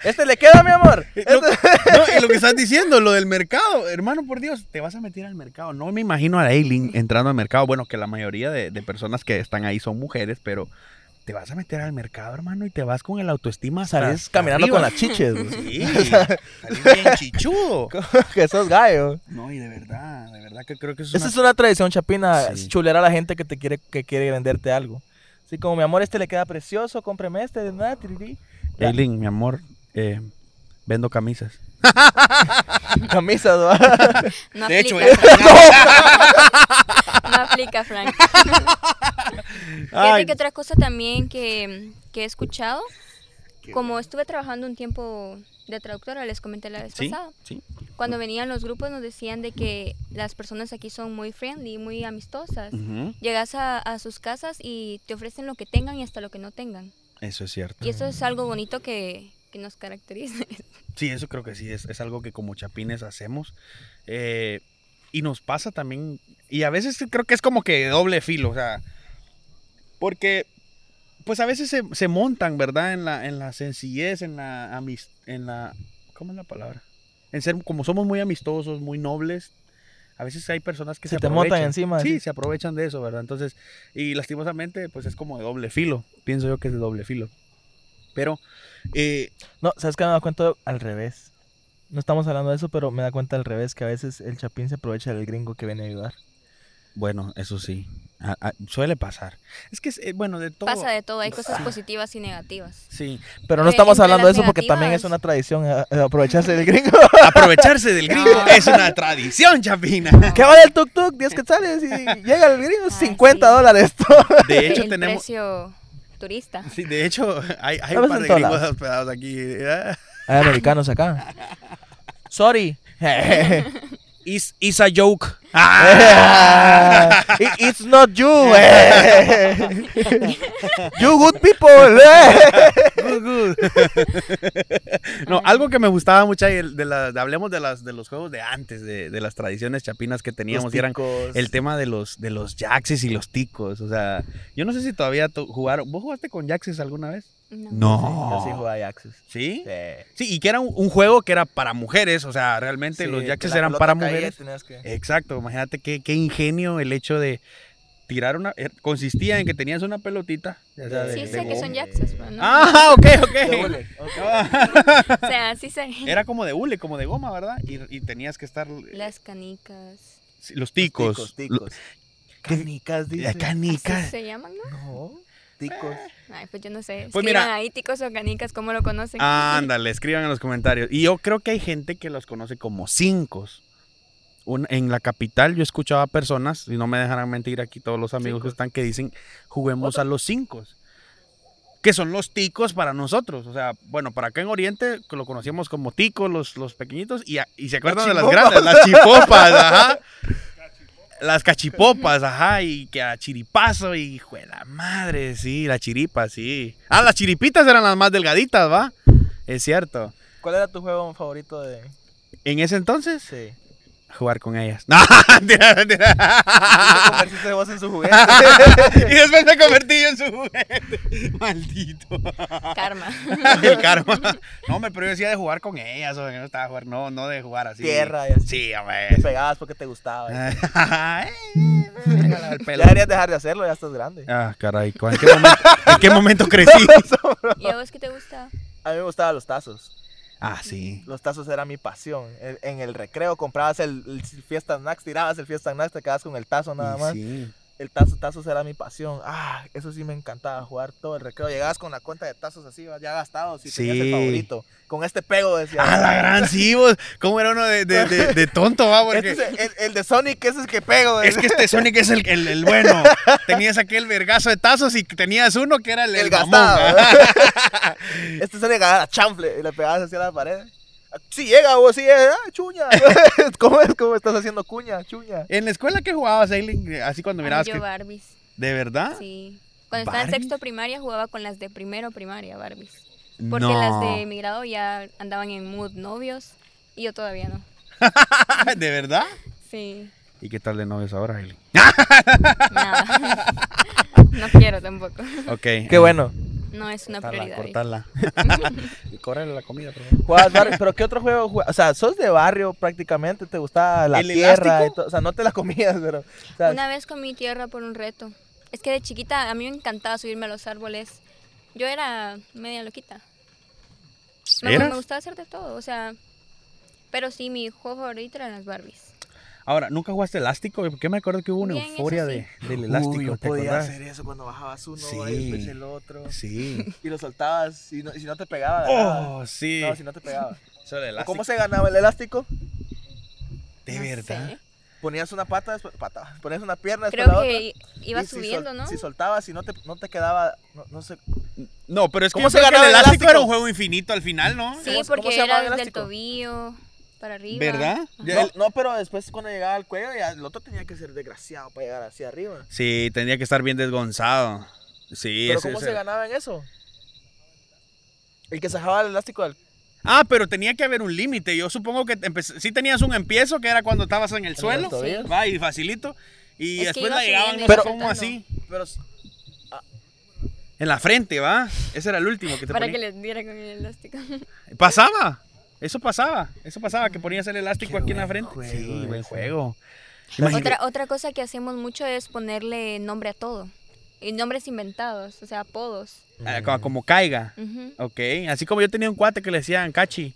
C: ¿Este le queda, mi amor?
A: No,
C: Este-
A: no, y lo que estás diciendo, lo del mercado, hermano, por Dios, te vas a meter al mercado. No me imagino a Aileen entrando al mercado. Bueno, que la mayoría de, de personas que están ahí son mujeres, pero te vas a meter al mercado, hermano, y te vas con el autoestima. hasta
C: Salís caminando
A: arriba.
C: con las chiches, güey.
A: Sí, salís bien chichudo.
C: que sos gallo.
A: No, y de verdad, de verdad que creo que eso es
C: Esa
A: una...
C: es una tradición chapina,
A: Sí.
C: chulear a la gente que te quiere, que quiere venderte algo. Así como, mi amor, este le queda precioso, cómpreme este, de nada, tiriri. Ya,
A: Eileen, mi amor, eh, vendo camisas.
C: Camisas, ¿va?
B: No
A: De hecho,
B: aplica,
A: es-
B: Frank. no aplica, Frank. Fíjate
A: Ay,
B: que otra cosa también que, que he escuchado, como estuve trabajando un tiempo de traductora, les comenté la vez
A: sí,
B: pasada,
A: sí.
B: cuando venían los grupos nos decían de que las personas aquí son muy friendly, muy amistosas.
A: Ujú,
B: Llegas a, a sus casas y te ofrecen lo que tengan y hasta lo que no tengan.
A: Eso es cierto.
B: Y eso es algo bonito que, que nos caracteriza.
A: Sí, eso creo que sí, es, es algo que como chapines hacemos. eh, y nos pasa también, y a veces creo que es como que de doble filo, o sea, porque pues a veces se, se montan, ¿verdad? En la, en la sencillez, en la, amis- en la, ¿cómo es la palabra? En ser, como somos muy amistosos, muy nobles, a veces hay personas que
C: Se
A: se,
C: te montan
A: aprovechan.
C: encima,
A: Sí,
C: decís.
A: se aprovechan de eso, ¿verdad? Entonces, y lastimosamente, pues es como de doble filo, pienso yo que es de doble filo. Pero, eh,
C: No, ¿sabes qué me da cuenta al revés? No estamos hablando de eso, pero me da cuenta al revés que a veces el chapín se aprovecha del gringo que viene a ayudar.
A: Bueno, eso sí. A- a- suele pasar. Es que, es, eh, bueno, de todo.
B: Pasa de todo, hay cosas
A: Sí.
B: positivas y negativas.
A: Sí.
C: Pero no
B: Eh,
C: estamos
B: entre
C: hablando de
B: las
C: eso porque también
B: negativas. Ah.
C: es una tradición eh, eh, aprovecharse del gringo.
A: Aprovecharse del gringo es una tradición, Chapina.
C: ¿Qué vale el tuk-tuk? 10 quetzales y llega el gringo,
B: Ah,
C: 50
B: sí.
C: dólares.
A: De hecho,
B: el
A: tenemos.
B: precio turista.
A: Sí, de hecho, hay, hay
C: Pero
A: un
C: es
A: par
C: en
A: de
C: todos
A: gringos
C: lados.
A: hospedados aquí. ¿eh?
C: Hay americanos acá. Sorry.
A: Is, is a joke. Ah.
C: It- It's not you. eh. you good people. eh.
A: Good, good. no, algo que me gustaba mucho ahí, el- de la- de- hablemos de las de los juegos de antes, de, de las tradiciones chapinas que teníamos, y eran el tema de los de los jaxes y los ticos, o sea, yo no sé si todavía to- jugaron. ¿Vos jugaste con jaxes alguna vez?
B: No.
A: No.
C: Así juega Axis.
A: ¿Sí?
C: Oh. Sí.
A: Sí, y que era un, un juego que era para mujeres, o sea, realmente
C: Sí,
A: los
C: que
A: jaxes
C: la
A: eran
C: pelota
A: para
C: caía y
A: mujeres.
C: tenías que-
A: Exacto, imagínate qué, qué ingenio el hecho de tirar una. eh, Consistía en que tenías una pelotita. ya sea, de-
B: Sí
A: de
B: sé que
A: goma.
B: son Jacksons, pero no.
A: Ah, ok,
C: De
A: ok.
C: hule.
B: O sea, sí sé.
A: Era como de hule, como de goma, ¿verdad? Y, y tenías que estar. eh,
B: Las canicas.
A: sí, Los ticos.
C: Ticos, ticos. Canicas,
A: Lo- la
C: dice.
B: ¿Así
A: canica.
B: se llaman, no?
C: No,
A: Eh.
C: ticos.
B: Ay, pues yo no sé.
A: Pues
B: Pues
A: mira- Ah,
B: mira. ahí ticos o canicas, ¿cómo lo conocen?
A: Ándale, escriban en los comentarios. Y yo creo que hay gente que los conoce como cincos. Un- en la capital yo escuchaba personas, y no me dejarán mentir aquí todos los amigos que
C: Cincos.
A: están, que dicen, juguemos a los cinco. Que son los ticos para nosotros. O sea, bueno, para acá en Oriente lo conocíamos como ticos, los, los pequeñitos. Y, a- y se acuerdan de las
C: chipopas.
A: grandes, las chipopas, ajá. Las cachipopas, ajá, y que a chiripazo, y hijo de la madre, sí, la chiripa, sí. Ah, las chiripitas eran las más delgaditas, ¿va? Es cierto.
C: ¿Cuál era tu juego favorito de.?
A: En ese entonces,
C: Sí.
A: jugar con ellas. No, mentira, mentira.
C: ¿Cómo convertiste vos en su juguete?
A: y después me convertí yo en su juguete. Maldito.
B: Karma.
A: El karma. No, hombre, pero yo decía de jugar con ellas, o no estaba a jugar, no, no de jugar así.
C: Tierra y así.
A: Sí, hombre.
C: Te pegabas porque te gustaba. y-
A: Ay, me regalaba Ah, el pelo.
C: Ya deberías dejar de hacerlo, ya estás grande.
A: Ah, caray, ¿cu- ¿en qué momento, en qué momento crecí?
B: ¿Y a vos qué te gusta?
C: A mí me gustaban los tazos.
A: Ah, sí.
C: Los tazos era mi pasión. En, en el recreo comprabas el, el Fiesta Snacks, tirabas el Fiesta Snacks, te quedabas con el tazo nada
A: Y
C: más.
A: sí.
C: El tazo, tazos era mi pasión. Ah, eso sí me encantaba jugar todo el recreo. Llegabas con la cuenta de tazos así, ya gastados y tenías
A: Sí.
C: el favorito. Con este pego decía.
A: Ah, la gran, sí, vos. ¿Cómo era uno de, de- de- de tonto, va? Porque
C: Este es el, el de Sonic, ese es el que pego.
A: es que este Sonic es el, el- el bueno. Tenías aquel vergazo de tazos y tenías uno que era el,
C: el,
A: el mamón,
C: gastado.
A: ¿verdad?
C: este es el que agarra chanfle y le pegabas así a la pared. Si llega vos, si llega, ah, chuña. ¿Cómo es? ¿Cómo estás haciendo cuña, chuña?
A: En la escuela que jugabas, Aileen, así cuando
B: Ah,
A: mirabas
B: yo
A: que...
B: Barbies.
A: ¿De verdad?
B: Sí. Cuando estaba en
A: ¿Barbies?
B: sexto primaria jugaba con las de primero primaria, Barbies. Porque
A: no.
B: las de mi grado ya andaban en mood novios y yo todavía no.
A: ¿De verdad?
B: Sí,
A: ¿Y qué tal de novios ahora, Aileen?
B: nada. no quiero tampoco.
A: Ok.
C: Qué bueno.
B: No es una
A: Cortala,
B: prioridad. ahí.
A: cortala. Córrele la comida, por favor.
C: Jugabas barrio, pero ¿qué otro juego jugabas? O sea, sos de barrio prácticamente, te gustaba la
A: ¿El
C: tierra y
A: elástico?
C: todo. O sea, no te la comías, pero. o sea,
B: Una vez comí tierra por un reto. Es que de chiquita a mí me encantaba subirme a los árboles. Yo era media loquita. Me,
A: ¿Eras?
B: me gustaba hacer de todo, o sea. Pero sí, mi juego favorito eran las Barbies.
A: Ahora, ¿nunca jugaste elástico? Porque me acuerdo que hubo una
B: Bien, eso
A: euforia
B: sí.
A: de, del elástico,
C: uy, yo
A: ¿te
C: podía
A: acordás?
C: hacer eso cuando bajabas uno
A: Sí.
C: y después el otro.
A: Sí.
C: Y lo soltabas y, no- y si no te pegaba. ganabas.
A: Oh, sí.
C: No, si no te pegaba.
A: Eso del
C: ¿O
A: elástico.
C: ¿Cómo se ganaba el elástico?
A: ¿De
B: No
A: verdad?
B: sé.
C: Ponías una pata, después, pata, ponías una pierna, después
B: Creo
C: la otra.
B: que iba
C: y si sol-
B: subiendo, ¿no?
C: Si soltabas y no te, no te quedaba, no, no sé.
A: No, pero es que,
C: ¿Cómo
A: yo
C: se
A: creo que el
C: ganaba el
A: elástico, era un
C: elástico?
A: juego infinito al final, ¿no?
B: Sí,
C: ¿Cómo se- cómo
B: porque
C: se llamaba
B: era
C: el
B: desde el
C: elástico?
B: tobillo para arriba.
A: ¿Verdad? Ya
C: No,
A: el-
C: no, pero después cuando llegaba al cuello, ya el otro tenía que ser desgraciado para llegar hacia arriba.
A: Sí, tendría que estar bien desgonzado. Sí,
C: pero
A: ese-
C: ¿cómo se
A: ese-
C: ganaba en eso? El que sacaba el elástico del...
A: Ah, pero tenía que haber un límite. Yo supongo que empecé- sí tenías un empiezo que era cuando estabas en el suelo,
C: tobillos.
A: va y facilito. Y
B: Es que
A: después
B: iba
A: la llegaban, no
B: subiendo
A: sé
B: y
C: iba
A: cómo así.
B: saltando.
C: Pero s-
A: En la frente, va. Ese era el último que te
B: Para
A: ponía.
B: que les diera con el elástico.
A: Pasaba. Eso pasaba. Eso pasaba, que ponías el elástico
C: Qué
A: aquí en la
C: buen
A: frente.
C: juego
A: sí, buen
C: ese.
A: juego. Imagínate-
B: Otra, otra cosa que hacemos mucho es ponerle nombre a todo. Y nombres inventados, o sea, apodos.
A: Ah, como, como caiga.
B: Ujú.
A: Ok. Así como yo tenía un cuate que le decían Cachi.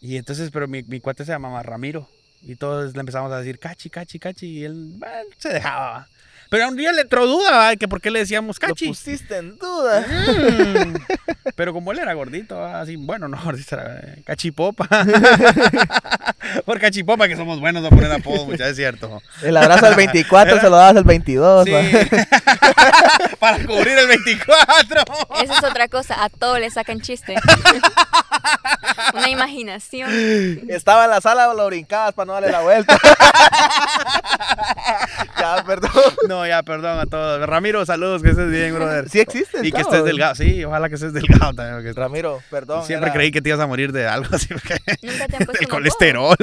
A: Y entonces, pero mi, mi cuate se llamaba Ramiro. Y todos le empezamos a decir Cachi, Cachi, Cachi. Y él bueno, se dejaba. ¿va? Pero un día le entró duda, ¿va? Que por qué le decíamos
C: lo
A: Cachi.
C: pusiste en duda.
A: Mm. Pero como él era gordito, ¿va? así, bueno, no gordito, era eh, cachipopa. Por cachipopa que somos buenos a poner apodos, muchachos, es cierto.
C: El abrazo al 24 se lo dabas al 22.
A: Sí.
C: ¿va?
A: Para cubrir el 24.
B: Esa es otra cosa, a todo le sacan chiste. Una imaginación.
C: Estaba en la sala, lo brincabas para no darle la vuelta. ya, perdón.
A: No, ya, perdón a todos. Ramiro, saludos, que estés bien, brother.
C: Sí existen,
A: Y que
C: chavos.
A: estés delgado. Sí, ojalá que estés delgado también. porque
C: Ramiro, perdón.
A: siempre
C: era-
A: creí que te ibas a morir de algo, así porque
B: Nunca te han puesto
A: del
B: Pues un apodo?
A: colesterol.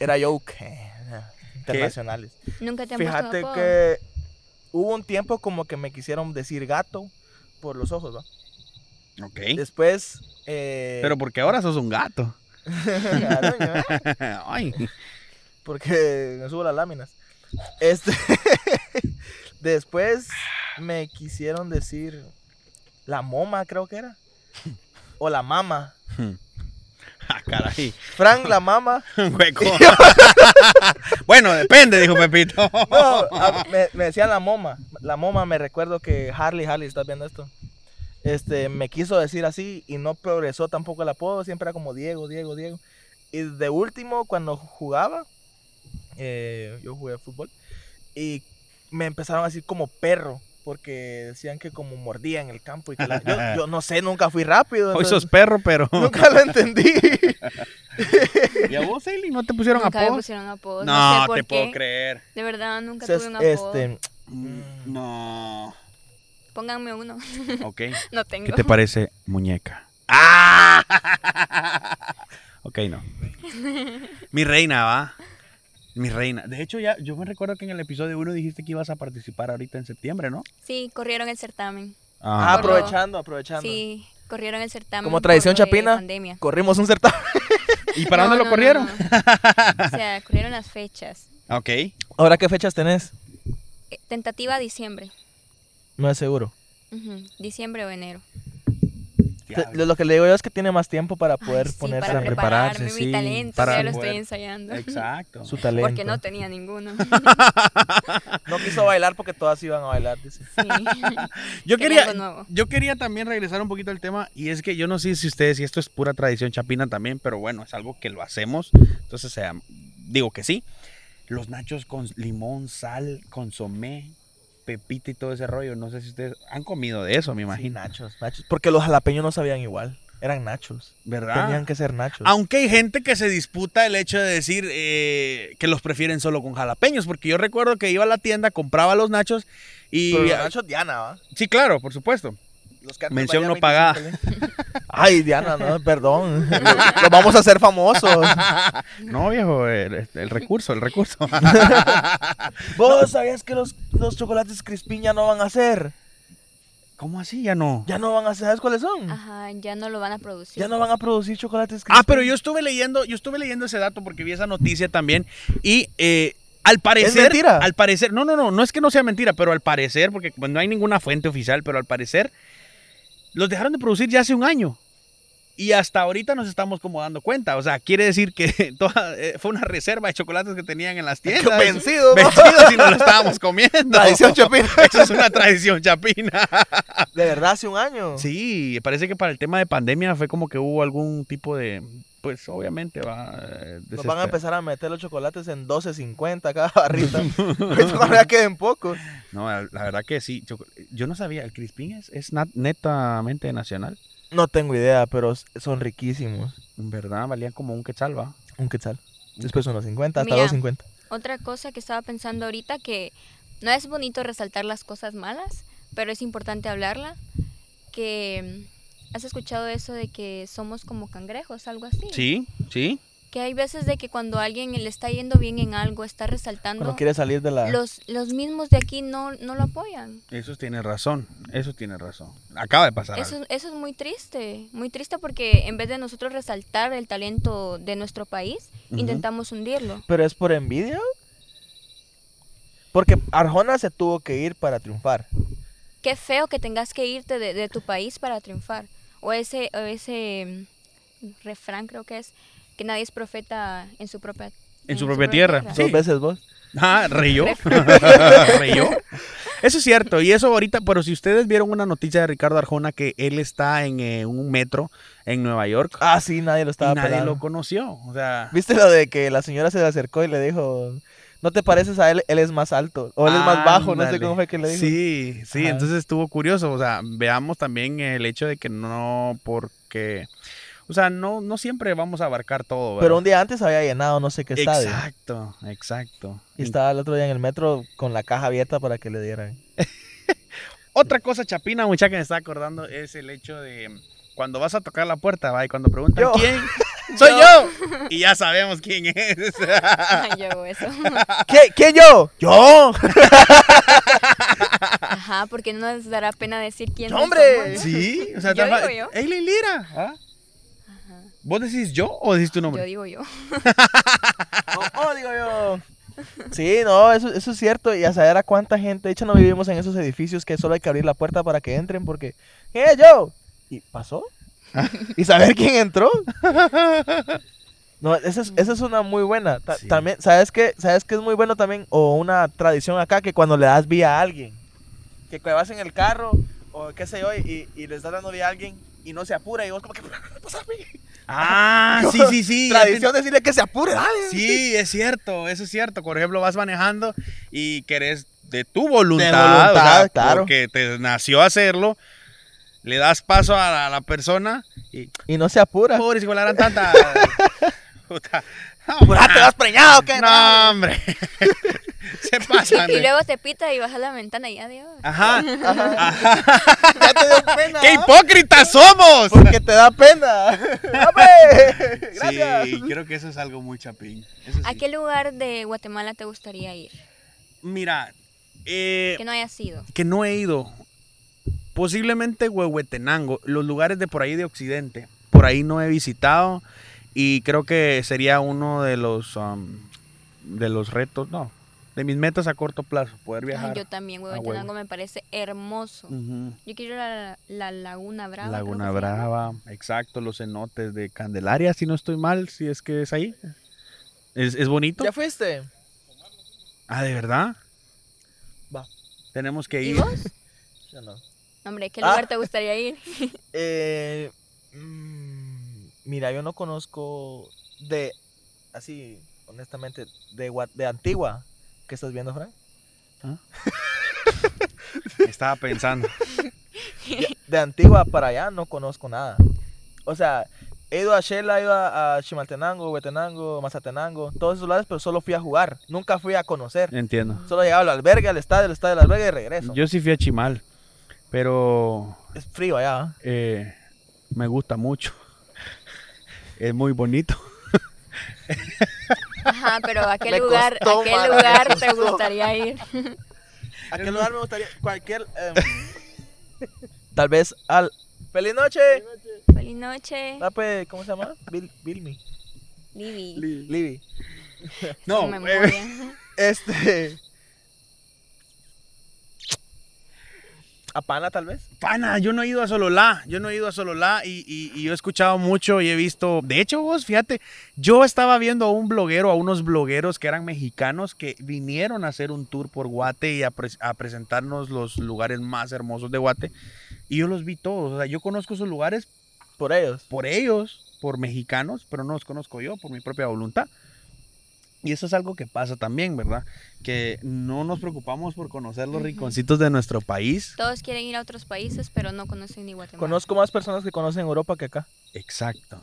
C: Era joke. eh, Internacionales.
A: este-
B: Nunca te han
C: Fíjate
B: puesto un apodo?
C: que hubo un tiempo como que me quisieron decir gato por los ojos, ¿va?
A: Ok.
C: Después. eh,
A: Pero porque ahora sos un gato.
C: Claro, ¿no?
A: Ay.
C: porque me subo las láminas. Este, después me quisieron decir la moma, creo que era. O la mama.
A: Ah, caray.
C: Frank, la mama.
A: Hueco. bueno, depende, dijo Pepito.
C: No, a- me, me decían la moma. La moma, me recuerdo que Harley, Harley, ¿estás viendo esto? Este, me quiso decir así y no progresó tampoco el apodo, siempre era como Diego, Diego, Diego. Y de último, cuando jugaba, eh, yo jugué a fútbol, y me empezaron a decir como perro, porque decían que como mordía en el campo. Y que la- yo, yo no sé, nunca fui rápido.
A: Hoy sos
C: entonces
A: perro, pero.
C: Nunca lo entendí.
A: ¿Y a vos, Eli? ¿No te pusieron
B: nunca me
A: apodo?
B: pusieron apodo. No,
A: No,
B: sé por
A: te puedo
B: qué.
A: creer.
B: De verdad, nunca
C: Entonces,
B: tuve un apodo.
C: este, Mm.
A: No.
B: Pónganme uno.
A: Ok.
B: No tengo.
A: ¿Qué te parece, muñeca? ¡Ah! ok, no. Mi reina, va. Mi reina. De hecho, ya, yo me recuerdo que en el episodio 1 dijiste que ibas a participar ahorita en septiembre, ¿no?
B: Sí, corrieron el certamen.
C: ah,
B: Por lo-
C: aprovechando, aprovechando.
B: Sí, corrieron el certamen.
C: Como tradición
B: por lo de
C: chapina.
B: pandemia.
C: Corrimos un certamen.
A: ¿Y para
B: No,
A: dónde lo
B: no, no,
A: corrieron?
B: no. O sea, corrieron las fechas.
A: Ok.
C: ¿Ahora qué fechas tenés?
B: Eh, Tentativa diciembre.
C: No es seguro.
B: Ujú, Diciembre o enero.
A: Diablo.
C: Lo, lo que le digo yo es que tiene más tiempo para poder
B: Ay, sí,
C: ponerse
B: para
C: a
A: preparar
B: prepararme,
A: prepararse, sí,
B: mi talento,
A: para
B: ya lo
A: poder-
B: estoy ensayando.
A: Exacto.
C: su talento.
B: Porque no tenía ninguno.
C: No quiso bailar porque todas iban a bailar, dice.
B: Sí.
A: Yo
B: Quería
A: quería,
B: algo nuevo.
A: yo quería también regresar un poquito al tema y es que yo no sé si ustedes, y esto es pura tradición chapina también, pero bueno, es algo que lo hacemos, entonces sea, digo que sí. Los nachos con limón, sal, consomé, pepita y todo ese rollo, no sé si ustedes han comido de eso, me
C: Sí,
A: imagino,
C: nachos, nachos. Porque los jalapeños no sabían igual. Eran nachos.
A: ¿verdad?
C: Tenían que ser nachos.
A: Aunque hay gente que se disputa el hecho de decir eh, que los prefieren solo con jalapeños, porque yo recuerdo que iba a la tienda, compraba los nachos y...
C: Pero los nachos Diana, ¿va?
A: Sí, claro, por supuesto.
C: Los que antes
A: Mención
C: valían
A: no pagada.
C: 25 le- Ay, Diana, no, perdón. Los vamos a hacer famosos.
A: No, viejo, el, el recurso, el recurso.
C: ¿Vos sabías que los, los chocolates Crispin ya no van a ser?
A: ¿Cómo así? Ya no.
C: Ya no van a ser. ¿Sabes cuáles son?
B: Ajá, ya no lo van a producir.
C: Mm. Ya no van a producir chocolates Crispin.
A: Ah, pero yo estuve leyendo, yo estuve leyendo ese dato porque vi esa noticia también y eh, al parecer,
C: mentira?
A: al parecer, no, no, no, no es que no sea mentira, pero al parecer, porque pues, no hay ninguna fuente oficial, pero al parecer los dejaron de producir ya hace un año. Y hasta ahorita nos estamos como dando cuenta. O sea, quiere decir que toda, eh, fue una reserva de chocolates que tenían en las
C: Qué
A: tiendas.
C: vencido, ¿no?
A: Vencidos y nos lo estábamos comiendo.
C: Tradición chapina.
A: Eso es una tradición chapina.
C: De verdad, hace un año.
A: Sí, parece que para el tema de pandemia fue como que hubo algún tipo de, pues obviamente va. eh,
C: Nos van a
A: desesper-
C: empezar a meter los chocolates en 12.50 cada barrita. Ahorita cuando ya queden pocos.
A: No, la, la verdad que sí. Yo, yo no sabía, el crispín es, es na- netamente nacional.
C: No tengo idea, pero s- son riquísimos.
A: En verdad, valían como un quetzal, va.
C: Un quetzal. Después unos 50, hasta
B: Mira.
C: 2.50.
B: Otra cosa que estaba pensando ahorita que no es bonito resaltar las cosas malas, pero es importante hablarla, que mm, has escuchado eso de que somos como cangrejos, algo así.
A: Sí, sí.
B: Que hay veces de que cuando alguien le está yendo bien en algo, está resaltando,
C: Cuando quiere salir de la...
B: los, los mismos de aquí no, no lo apoyan.
A: Eso tiene razón. Eso tiene razón. Acaba de pasar. algo.
B: Eso, eso es muy triste, muy triste porque en vez de nosotros resaltar el talento de nuestro país,
A: Ujú.
B: intentamos hundirlo.
C: Pero es por envidia. Porque Arjona se tuvo que ir para triunfar.
B: qué feo que tengas que irte de, de tu país para triunfar. O ese, o ese mm, refrán creo que es que nadie es profeta en su propia
A: En su propia tierra, Sí.
C: Dos veces vos.
A: Ah, reyó. reyó. Eso es cierto. Y eso ahorita, pero si ustedes vieron una noticia de Ricardo Arjona que él está en eh, un metro en Nueva York.
C: Ah, sí, nadie lo
A: y
C: estaba
A: nadie
C: pelando.
A: lo conoció. O sea.
C: ¿Viste lo de que la señora se le acercó y le dijo... No te pareces a él, él es más alto. O él es más bajo, no sé
A: Ándale.
C: cómo fue que le dijo.
A: Sí, sí,
C: Ajá.
A: entonces estuvo curioso. O sea, veamos también el hecho de que no, porque. O sea, no, no siempre vamos a abarcar todo.
C: Pero un
A: ¿verdad?
C: día antes había llenado no sé qué estadio.
A: Exacto, exacto.
C: Y estaba el otro día en el metro con la caja abierta para que le dieran.
A: Otra cosa, Chapina, muchacha, que me está acordando es el hecho de mm, cuando vas a tocar la puerta, va, y cuando preguntan
C: Yo.
A: quién. ¡Soy
B: Yo.
A: yo! Y ya sabemos quién es.
B: Ay, yo hago eso.
C: ¿Qué- ¿Quién yo? ¡Yo!
B: Ajá, porque no nos dará pena decir quién
C: ¡No,
B: es.
C: hombre!
A: sí, o sea,
B: Yo
A: trafa-
B: digo yo.
A: Eileen Lira. ¿ah? ¿Vos decís yo o decís tu nombre?
B: Yo digo yo.
C: Oh, oh, digo yo. Sí, no, eso, eso es cierto. Y a saber a cuánta gente. De hecho, no vivimos en esos edificios que solo hay que abrir la puerta para que entren porque. ¡Eh, yo! ¿Y pasó? ¿Y saber quién entró? No, esa es, esa es una muy buena. Ta-
A: Sí.
C: También, ¿sabes qué? ¿Sabes qué es muy bueno también? O una tradición acá que cuando le das vía a alguien. Que cuando vas en el carro o qué sé yo y, y le estás dando vía a alguien y no se apura y vos como que... "Pásame".
A: Ah, sí, sí, sí. ya te-
C: Tradición decirle que se apure, dale.
A: Sí, es cierto, eso es cierto. Por ejemplo, vas manejando y querés de tu
C: De
A: voluntad,
C: voluntad,
A: o sea,
C: claro.
A: porque te nació hacerlo, le das paso a la, a la persona y
C: Y no se apura.
A: pobre si volaran tanta. Puta.
C: Apurate, vas preñado, ¿qué?
A: No, hombre. Se pasan.
B: Y
A: de-
B: luego te pita y bajas la ventana y adiós.
A: Ajá.
C: Ya te dio pena.
A: ¡Qué
C: ¿ah?
A: hipócritas somos!
C: Porque te da pena. ¡Hombre! Gracias.
A: Sí, creo que eso es algo muy chapín. Eso sí.
B: ¿A qué lugar de Guatemala te gustaría ir?
A: Mira, eh,
B: Que no haya sido.
A: que no he ido. Posiblemente Huehuetenango, los lugares de por ahí de Occidente. Por ahí no he visitado y creo que sería uno de los am, de los retos, no, de mis metas a corto plazo, poder
B: Ay,
A: viajar.
B: yo también,
A: huevo.
B: Huehuetenango me parece hermoso.
A: Ujú.
B: Yo quiero ir a la, la Laguna Brava. creo que
A: Laguna
B: se llama.
A: Brava, exacto, los cenotes de Candelaria, si no estoy mal, si es que es ahí. ¿Es, es bonito?
C: ¿Ya fuiste?
A: Ah, ¿de verdad?
C: Va.
A: Tenemos que
B: ¿Y
A: ir.
B: vos?
C: Yo no.
B: Hombre, ¿qué
C: Ah.
B: lugar te gustaría ir?
C: Eh, mm, mira, yo no conozco de, así, honestamente, de, Gua- de Antigua. ¿Qué estás viendo, Frank?
A: Estaba pensando.
C: De Antigua para allá no conozco nada. O sea, he ido a Shela, he ido a, a Chimaltenango, Huetenango, Mazatenango, todos esos lugares, pero solo fui a jugar. Nunca fui a conocer.
A: Entiendo.
C: Solo llegaba al albergue, al estadio, al estadio, al albergue y regreso.
A: Yo sí fui a Chimal, pero
C: Es frío allá.
A: eh,
C: ¿eh?
A: me gusta mucho. Es muy bonito.
B: Ajá, pero ¿a qué
C: Me
B: lugar,
C: costó,
B: ¿a qué
C: mano, me
B: lugar te
C: costó.
B: gustaría ir?
C: ¿A qué lugar me gustaría? Cualquier... em, tal vez al... ¡Feliz noche!
B: Feliz noche,
C: Rape, ¿Cómo se llama? Bill, Bill Me.
B: Libby.
C: Libby.
B: Tu
C: eh.
A: eh,
B: memoria.
C: Este. A Pana, tal vez.
A: Pana, yo no he ido a Sololá, yo no he ido a Sololá y, y- y yo he escuchado mucho y he visto, de hecho vos, fíjate, yo estaba viendo a un bloguero, a unos blogueros que eran mexicanos que vinieron a hacer un tour por Guate y a, pres- a presentarnos los lugares más hermosos de Guate y yo los vi todos, o sea, yo conozco esos lugares
C: Por ellos.
A: por ellos, por mexicanos, pero no los conozco yo por mi propia voluntad. Y eso es algo que pasa también, ¿verdad? Que no nos preocupamos por conocer los
B: Ujú.
A: rinconcitos de nuestro país.
B: Todos quieren ir a otros países, pero no conocen ni Guatemala.
C: Conozco más personas que conocen Europa que acá.
A: Exacto.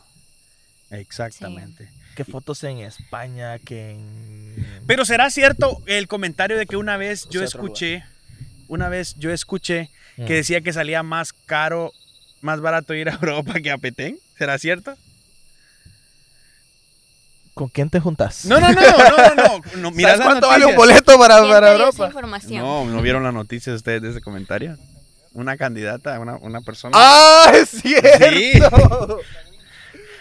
A: Exactamente.
C: Que fotos en España, que en.
A: Pero será cierto el comentario de que una vez
C: O
A: yo
C: sea, otro
A: escuché, una vez yo escuché
C: Mm.
A: que decía que salía más caro, más barato ir a Europa que a Petén. ¿Será cierto?
C: ¿Con quién te juntas?
A: No, no, no, no, no, no. no mira
C: ¿Sabes
A: las
C: cuánto vale un
A: noticias.
C: boleto para,
B: ¿Quién
C: para
B: te dio esa
C: Europa?
B: información?
A: No, ¿no vieron la noticia ustedes de ese comentario? Una candidata, una, una persona.
C: ¡Ah, es cierto!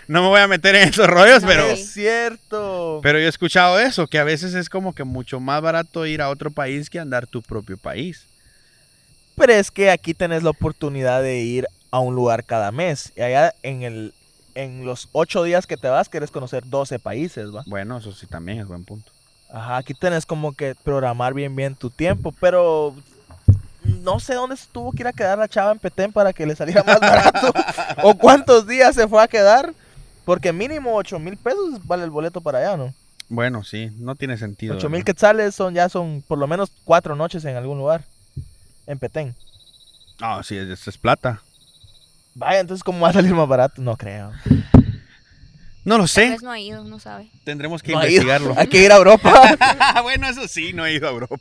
A: No me voy a meter en esos rollos,
B: No,
A: pero,
B: sí.
C: Es cierto.
A: pero yo he escuchado eso, que a veces es como que mucho más barato ir a otro país que andar tu propio país.
C: Pero es que aquí tenés la oportunidad de ir a un lugar cada mes. Y allá en el en los ocho días que te vas querés conocer 12 países, ¿va?
A: Bueno, eso sí también es buen punto.
C: Ajá, aquí tenés como que programar bien bien tu tiempo, pero no sé dónde se tuvo que ir a quedar la chava en Petén para que le saliera más barato. o cuántos días se fue a quedar. Porque mínimo 8 mil pesos vale el boleto para allá, ¿no?
A: Bueno, sí, no tiene sentido.
C: 8 mil
A: ¿verdad?
C: quetzales son, ya son por lo menos cuatro noches en algún lugar. En Petén.
A: Ah, sí, eso es plata.
C: Vaya, entonces, ¿cómo va a salir más barato? No creo.
A: No lo
B: Tal
A: sé,
B: vez no ha ido, no sabe.
A: tendremos que
C: No ha ido.
A: investigarlo.
C: Hay que ir a Europa.
A: bueno, eso sí, no he ido a Europa.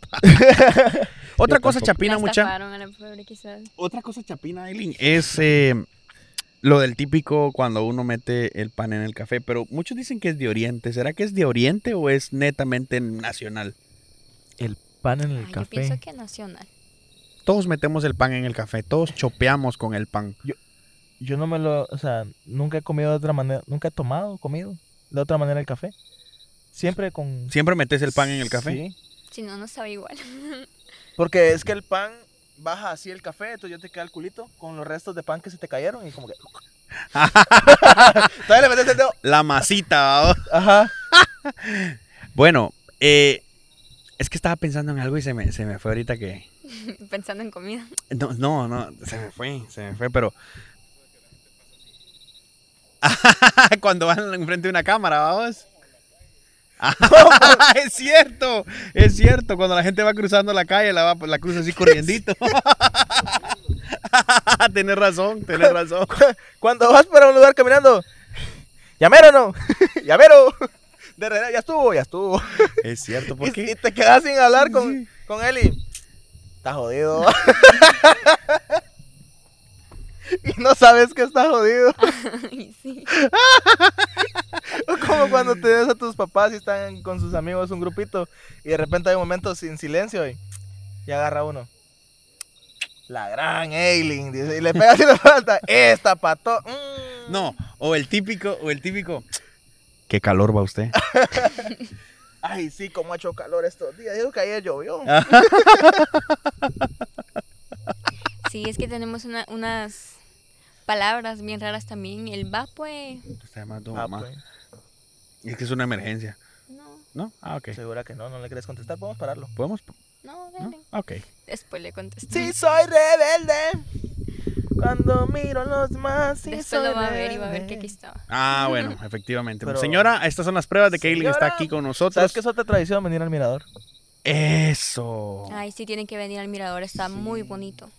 A: Otra
C: Yo
A: cosa
C: tampoco.
A: chapina,
B: La
A: mucha.
B: estafaron a la pobre, quizás.
A: Otra cosa chapina, Eileen, es eh, lo del típico cuando uno mete el pan en el café, pero muchos dicen que es de Oriente. ¿Será que es de Oriente o es netamente nacional?
C: El pan en el
B: Ay, yo
C: café.
B: pienso que nacional.
A: Todos metemos el pan en el café, todos chopeamos con el pan.
C: Yo no me lo, o sea, nunca he comido de otra manera, nunca he tomado, comido de otra manera el café. Siempre con...
A: ¿Siempre metes el pan en el café?
C: Sí.
B: Si no, no sabe igual.
C: Porque es que el pan baja así el café, entonces ya te queda el culito con los restos de pan que se te cayeron y como que... Todavía le metes el dedo.
A: La masita. ¿va?
C: Ajá.
A: Bueno, eh, es que estaba pensando en algo y se me, se me fue ahorita que...
B: Pensando en comida.
A: No, no, no, se me fue, se me fue, pero... Cuando van enfrente de una cámara, vamos. es cierto, es cierto. Cuando la gente va cruzando la calle, la, va, la cruza así corriendito. tenés razón, tenés razón.
C: Cuando vas para un lugar caminando, llamero no, llamero. De verdad, ya estuvo, ya estuvo.
A: Es cierto,
C: Y,
A: porque
C: y te quedas sin hablar con,
A: Sí.
C: con él y... Está jodido. y no sabes que está jodido.
B: Ay, sí.
C: O Como cuando te ves a tus papás y están con sus amigos un grupito y de repente hay un momento sin silencio y, y agarra uno. La gran Aileen, dice, y le pega si le falta. Esta pato. mm".
A: No, o el típico, o el típico. Qué calor va usted.
C: Ay, sí, como ha hecho calor estos días. Digo que ayer llovió.
B: Sí, es que tenemos una- unas palabras bien raras también. El va, pues.
A: Te está llamando tu
C: Ah,
A: mamá.
C: pues,
A: Es que es una emergencia.
B: No,
A: ¿No? Ah, ok.
C: segura que no, no le quieres contestar. Podemos pararlo.
A: ¿Podemos?
B: no,
A: ¿No?
B: dale.
A: Ok.
B: Después le contesté.
C: Sí, soy rebelde. Cuando miro a los demás, sí
B: Después
C: soy
B: lo va a ver y va a ver que
C: rebelde.
B: aquí estaba.
A: Ah, bueno, efectivamente.
C: Pero-
A: Señora, estas son las pruebas de que Aileen está
C: Señora,
A: aquí con nosotros.
C: ¿Sabes que es otra tradición venir al mirador?
A: Eso.
B: Ay, sí, tienen que venir al mirador, está muy bonito.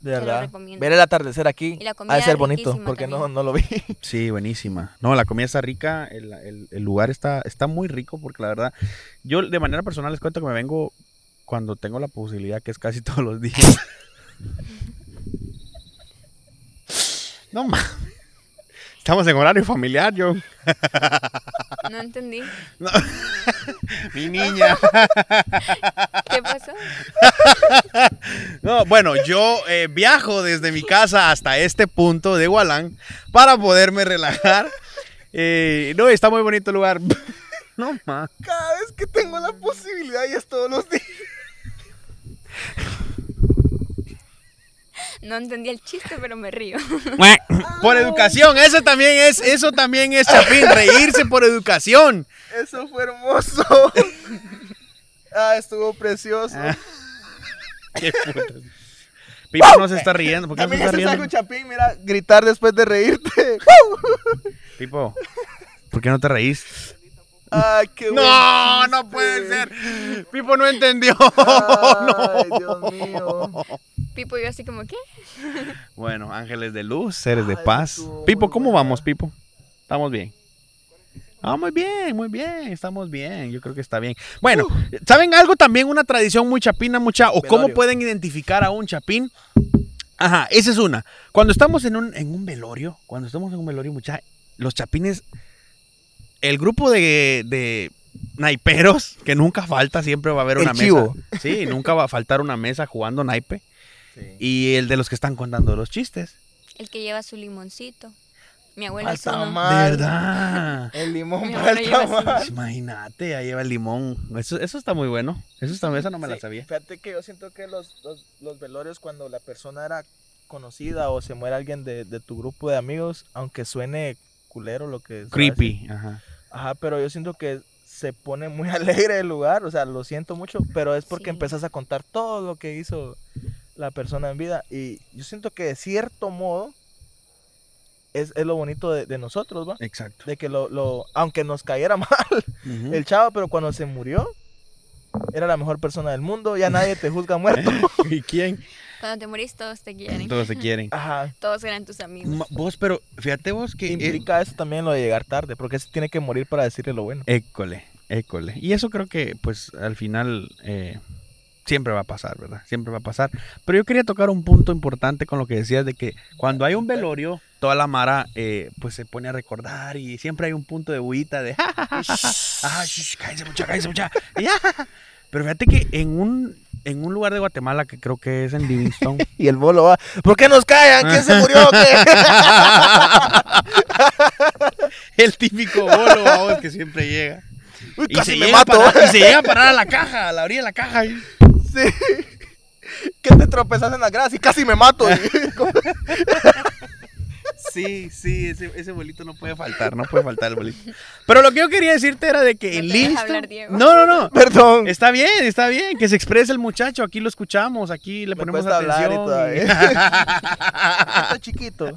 C: De
B: Te lo
C: verdad.
B: recomiendo.
C: Ver el atardecer aquí
B: Y la comida
C: ha de ser bonito,
B: riquísima
C: porque no,
B: también.
C: no lo vi.
A: Sí, buenísima. No, la comida está rica, el, el- el lugar está, está muy rico porque la verdad, yo de manera personal les cuento que me vengo cuando tengo la posibilidad, que es casi todos los días. no mames. Estamos en horario familiar, yo.
B: No entendí.
A: Mi niña.
B: ¿Qué pasó?
A: No, bueno, yo eh, viajo desde mi casa hasta este punto de Gualán para poderme relajar. Eh, no, está muy bonito el lugar. no mames.
C: Cada vez que tengo la posibilidad ya es todos los días.
B: No entendí el chiste, pero me río.
A: Por educación, eso también es, eso también es Chapín, reírse por educación.
C: Eso fue hermoso. ah, estuvo precioso.
A: Qué putas. Pipo no se está riendo, ¿por qué no se
C: También
A: está
C: haces algo,
A: riendo?
C: Chapín, mira, gritar después de reírte.
A: Pipo, ¿por qué no te reís?
C: Ay, qué
A: No, no puede ser. Pipo no entendió.
C: Ay, Dios mío.
B: Pipo, yo así como, ¿qué?
A: Bueno, ángeles de luz, seres de
C: Ay,
A: paz.
C: estuvo
A: Pipo,
C: muy
A: ¿cómo
C: buena.
A: vamos, Pipo? Estamos bien. Ah, muy bien, muy bien, estamos bien, yo creo que está bien. Bueno, ¿saben algo también? Una tradición muy chapina, mucha, o cómo
C: Velorio.
A: pueden identificar a un chapín. Ajá, esa es una. Cuando estamos en un, en un velorio, cuando estamos en un velorio, mucha, los chapines, el grupo de, de naiperos, que nunca falta, siempre va a haber
C: El
A: una
C: chivo.
A: mesa. Sí, nunca va a faltar una mesa jugando naipe.
C: Sí.
A: Y el de los que están contando los chistes.
B: El que lleva su limoncito. Mi abuela
C: Al
B: es uno.
C: tamal.
A: De
C: Ay.
A: verdad.
C: El limón
B: Mi
C: para el
B: abuela lleva
C: tamal.
A: Pues Imagínate, ahí lleva el limón. Eso, eso está muy bueno. Eso está, esa no me la
C: Sí,
A: sabía.
C: Fíjate que yo siento que los, los, los velorios, cuando la persona era conocida o se muere alguien de, de tu grupo de amigos, aunque suene culero lo que es.
A: Creepy. Ajá.
C: Ajá, pero yo siento que se pone muy alegre el lugar, o sea, lo siento mucho, pero es porque
B: Sí.
C: empezás a contar todo lo que hizo la persona en vida. Y yo siento que de cierto modo es, es lo bonito de, de nosotros, ¿va?
A: Exacto.
C: De que lo, lo, aunque nos cayera mal
A: Ujú.
C: el chavo, pero cuando se murió, era la mejor persona del mundo, ya nadie te juzga muerto.
A: ¿Y quién?
B: Cuando te morís, todos te quieren.
A: ¿Eh? Todos se quieren.
C: Ajá.
B: Todos eran tus amigos.
A: Ma- Vos, pero fíjate vos que. eh,
C: Implica eso también lo de llegar tarde, porque se tiene que morir para decirle lo bueno.
A: École, école. Y eso creo que, pues, al final eh, siempre va a pasar, ¿verdad? Siempre va a pasar. Pero yo quería tocar un punto importante con lo que decías de que cuando hay un velorio, toda la mara, eh, pues, se pone a recordar y siempre hay un punto de bullita de... "Ja, ja, ja, ja, ja". ¡Ah, shh, cállese mucha, cállese mucha! Y, "Ah, ja, ja". Pero fíjate que en un, en un lugar de Guatemala que creo que es en Livingston...
C: Y el bolo va, ¿por qué nos callan? ¿Quién se murió? o qué?"
A: El típico bolo, vamos, que siempre llega.
C: Uy,
A: Y
C: casi
A: se,
C: me
A: llega a
C: mato.
A: parar, y se llega a parar a la caja, a la orilla de la caja. y-
C: Sí. Que te tropezas en la grasa y casi me mato.
A: Sí, sí, ese, ese bolito no puede faltar, no puede faltar el bolito. Pero lo que yo quería decirte era de que
B: No
A: el
B: te deja
A: Insta-
B: hablar, Diego.
A: No, no, no.
C: Perdón.
A: Está bien, está bien, que se exprese el muchacho, aquí lo escuchamos, aquí le
C: Me
A: ponemos
C: cuesta hablar y
A: atención.
C: Estoy chiquito.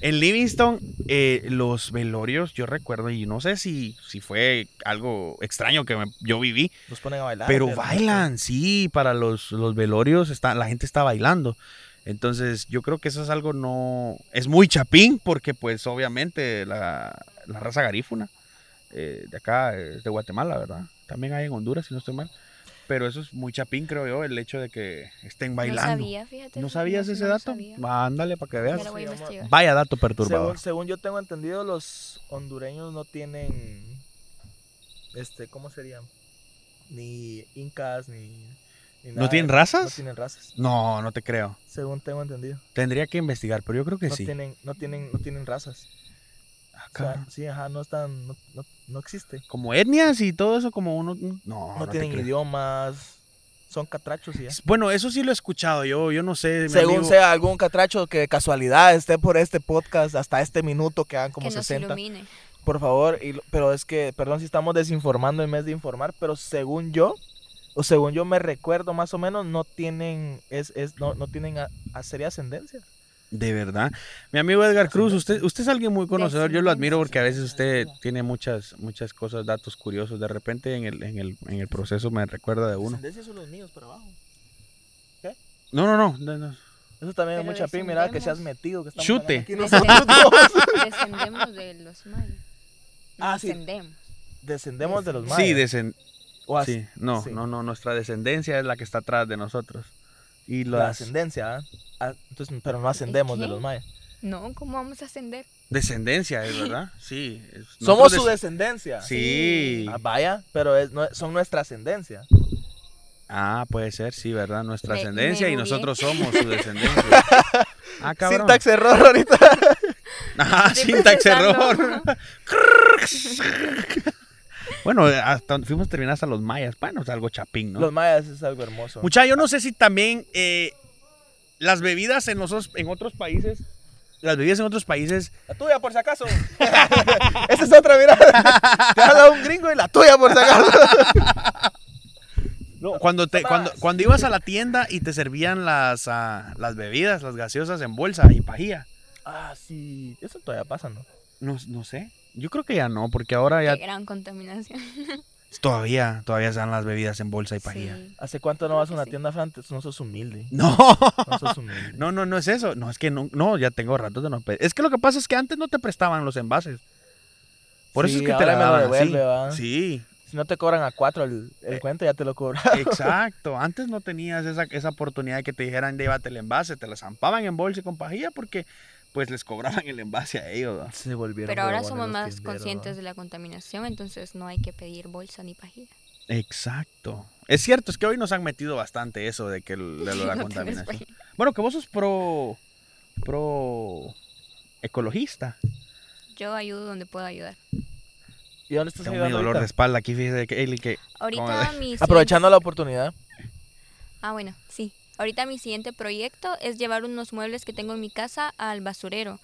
A: en Livingston, eh, los velorios, yo recuerdo, y no sé si, si fue algo extraño que me- yo viví,
C: Los ponen a bailar.
A: pero
C: fíjate.
A: bailan, sí, para los, los velorios está, la gente está bailando. Entonces, yo creo que eso es algo no. Es muy chapín, porque, pues, obviamente, la, la raza garífuna eh, de acá, es de Guatemala, ¿verdad? También hay en Honduras, si no estoy mal. Pero eso es muy chapín, creo yo, el hecho de que estén bailando.
B: No sabía, fíjate.
A: ¿No sabías
B: no,
A: ese
B: no lo
A: dato?
B: sabía.
A: Ándale, para que
B: Ya
A: veas.
B: lo voy a investigar.
A: Vaya dato
C: Según,
A: perturbador.
C: según yo tengo entendido, los hondureños no tienen. Este, ¿cómo serían? Ni incas, ni. ni nada.
A: ¿No tienen
C: No
A: razas?
C: tienen razas.
A: No, no te creo.
C: Según tengo entendido.
A: Tendría que investigar, pero yo creo que
C: no,
A: sí.
C: tienen, no, tienen, no tienen razas.
A: Ah,
C: O sea,
A: cabrón.
C: sí, ajá, no están. No, no, no existe.
A: Como etnias y todo eso, como uno. mm, No,
C: No,
A: te
C: tienen
A: creo.
C: idiomas. Son catrachos y ya.
A: Bueno, eso sí lo he escuchado yo, yo no sé. mi
C: Según
A: amigo-
C: sea algún catracho que de casualidad esté por este podcast hasta este minuto, quedan como
B: que nos
C: 60.
B: ilumine.
C: Por favor, y lo- pero es que, perdón si estamos desinformando en vez de informar, pero según yo, o según yo me recuerdo más o menos, no tienen, es, es, no, no tienen a, a seria ascendencia.
A: De verdad. Mi amigo Edgar Cruz, usted, usted es alguien muy conocedor, yo lo admiro porque a veces usted tiene muchas, muchas cosas, datos curiosos. De repente en el, en el, en el proceso me recuerda de uno.
C: Ascendencia son los míos para abajo.
A: No, no, no. no, no.
C: Eso
B: Pero
C: también es mucha pin, mira que se has
B: descendemos.
C: metido. Que estamos
A: Chute.
C: hablando aquí nosotros dos.
B: Descendemos de los mayas.
C: Ah, sí.
B: Descendemos.
C: Descendemos de los mayas.
A: Sí, desen-
C: O as-
A: sí, no,
C: sí.
A: no, no, nuestra descendencia es la que está atrás de nosotros. Y
C: La
A: las
C: ascendencia, ¿ah? Ah, entonces, pero no ascendemos de
B: qué?
C: los mayas.
B: No, ¿cómo vamos a ascender?
A: descendencia es, ¿verdad? Sí. es- nosotros
C: Somos su
A: des-
C: descendencia.
A: Sí.
C: Ah, vaya, pero es, no- son nuestra ascendencia.
A: Ah, puede ser, sí, ¿verdad? Nuestra
B: Me- me
A: ascendencia y
B: googleé.
A: nosotros somos su descendencia. Ah, cabrón.
C: Syntax error ahorita.
A: Ah,
B: Estoy
A: syntax
B: procesando.
A: error. bueno, hasta fuimos terminados hasta los mayas. Bueno, es algo chapín, ¿no?
C: Los mayas es algo hermoso.
A: Mucha, yo no sé si también eh, las bebidas en, nosotros, en otros países, las bebidas en otros países,
C: La tuya, por si acaso. Esa es otra mirada. Te habla un gringo y la tuya, por si acaso.
A: no, cuando, te,
C: Tomás.
A: cuando, cuando ibas a la tienda y te servían las, ah, las bebidas, las gaseosas en bolsa y pajilla.
C: Ah, sí. Eso todavía pasa, ¿no?
A: No, no sé. Yo creo que ya no, porque ahora ya
B: Qué gran contaminación.
A: todavía, todavía se dan las bebidas en bolsa y pajilla.
B: Sí.
C: ¿Hace cuánto no
B: Creo
C: vas a
B: que
C: una
B: sí.
C: tienda, Fran? Te- No sos humilde.
A: No.
C: No sos humilde.
A: No, no, no es eso. No, es que no, no ya tengo rato de no pe- Es que lo que pasa es que antes no te prestaban los envases. Por eso
C: Sí,
A: es que te
C: ahora
A: la
C: me lo
A: daban así.
C: devuelve, ¿va?
A: Sí,
C: Si no te cobran a cuatro el, el
A: Eh.
C: cuento, ya te lo cobran.
A: exacto. Antes no tenías esa, esa oportunidad de que te dijeran, llévate el envase. Te la zampaban en bolsa y con pajilla porque pues les cobraban el envase a ellos. ¿va?
C: Se volvieron
B: Pero ahora
C: huevones
B: somos
C: los
B: más
C: tienderos,
B: conscientes
C: ¿va?
B: de la contaminación, entonces no hay que pedir bolsa ni pajilla.
A: Exacto. Es cierto, es que hoy nos han metido bastante eso de que el- de lo de la
B: No tienes
A: contaminación.
B: pajilla.
A: Bueno, que vos sos pro pro ecologista.
B: Yo ayudo donde puedo ayudar.
C: ¿Y dónde estás
A: Tengo mi
C: ayudando
A: dolor de
C: ahorita?
A: espalda aquí, fíjese que, Eli, que
B: Ahorita mi
C: Aprovechando la oportunidad.
B: Ah, bueno, sí. Ahorita mi siguiente proyecto es llevar unos muebles que tengo en mi casa al basurero.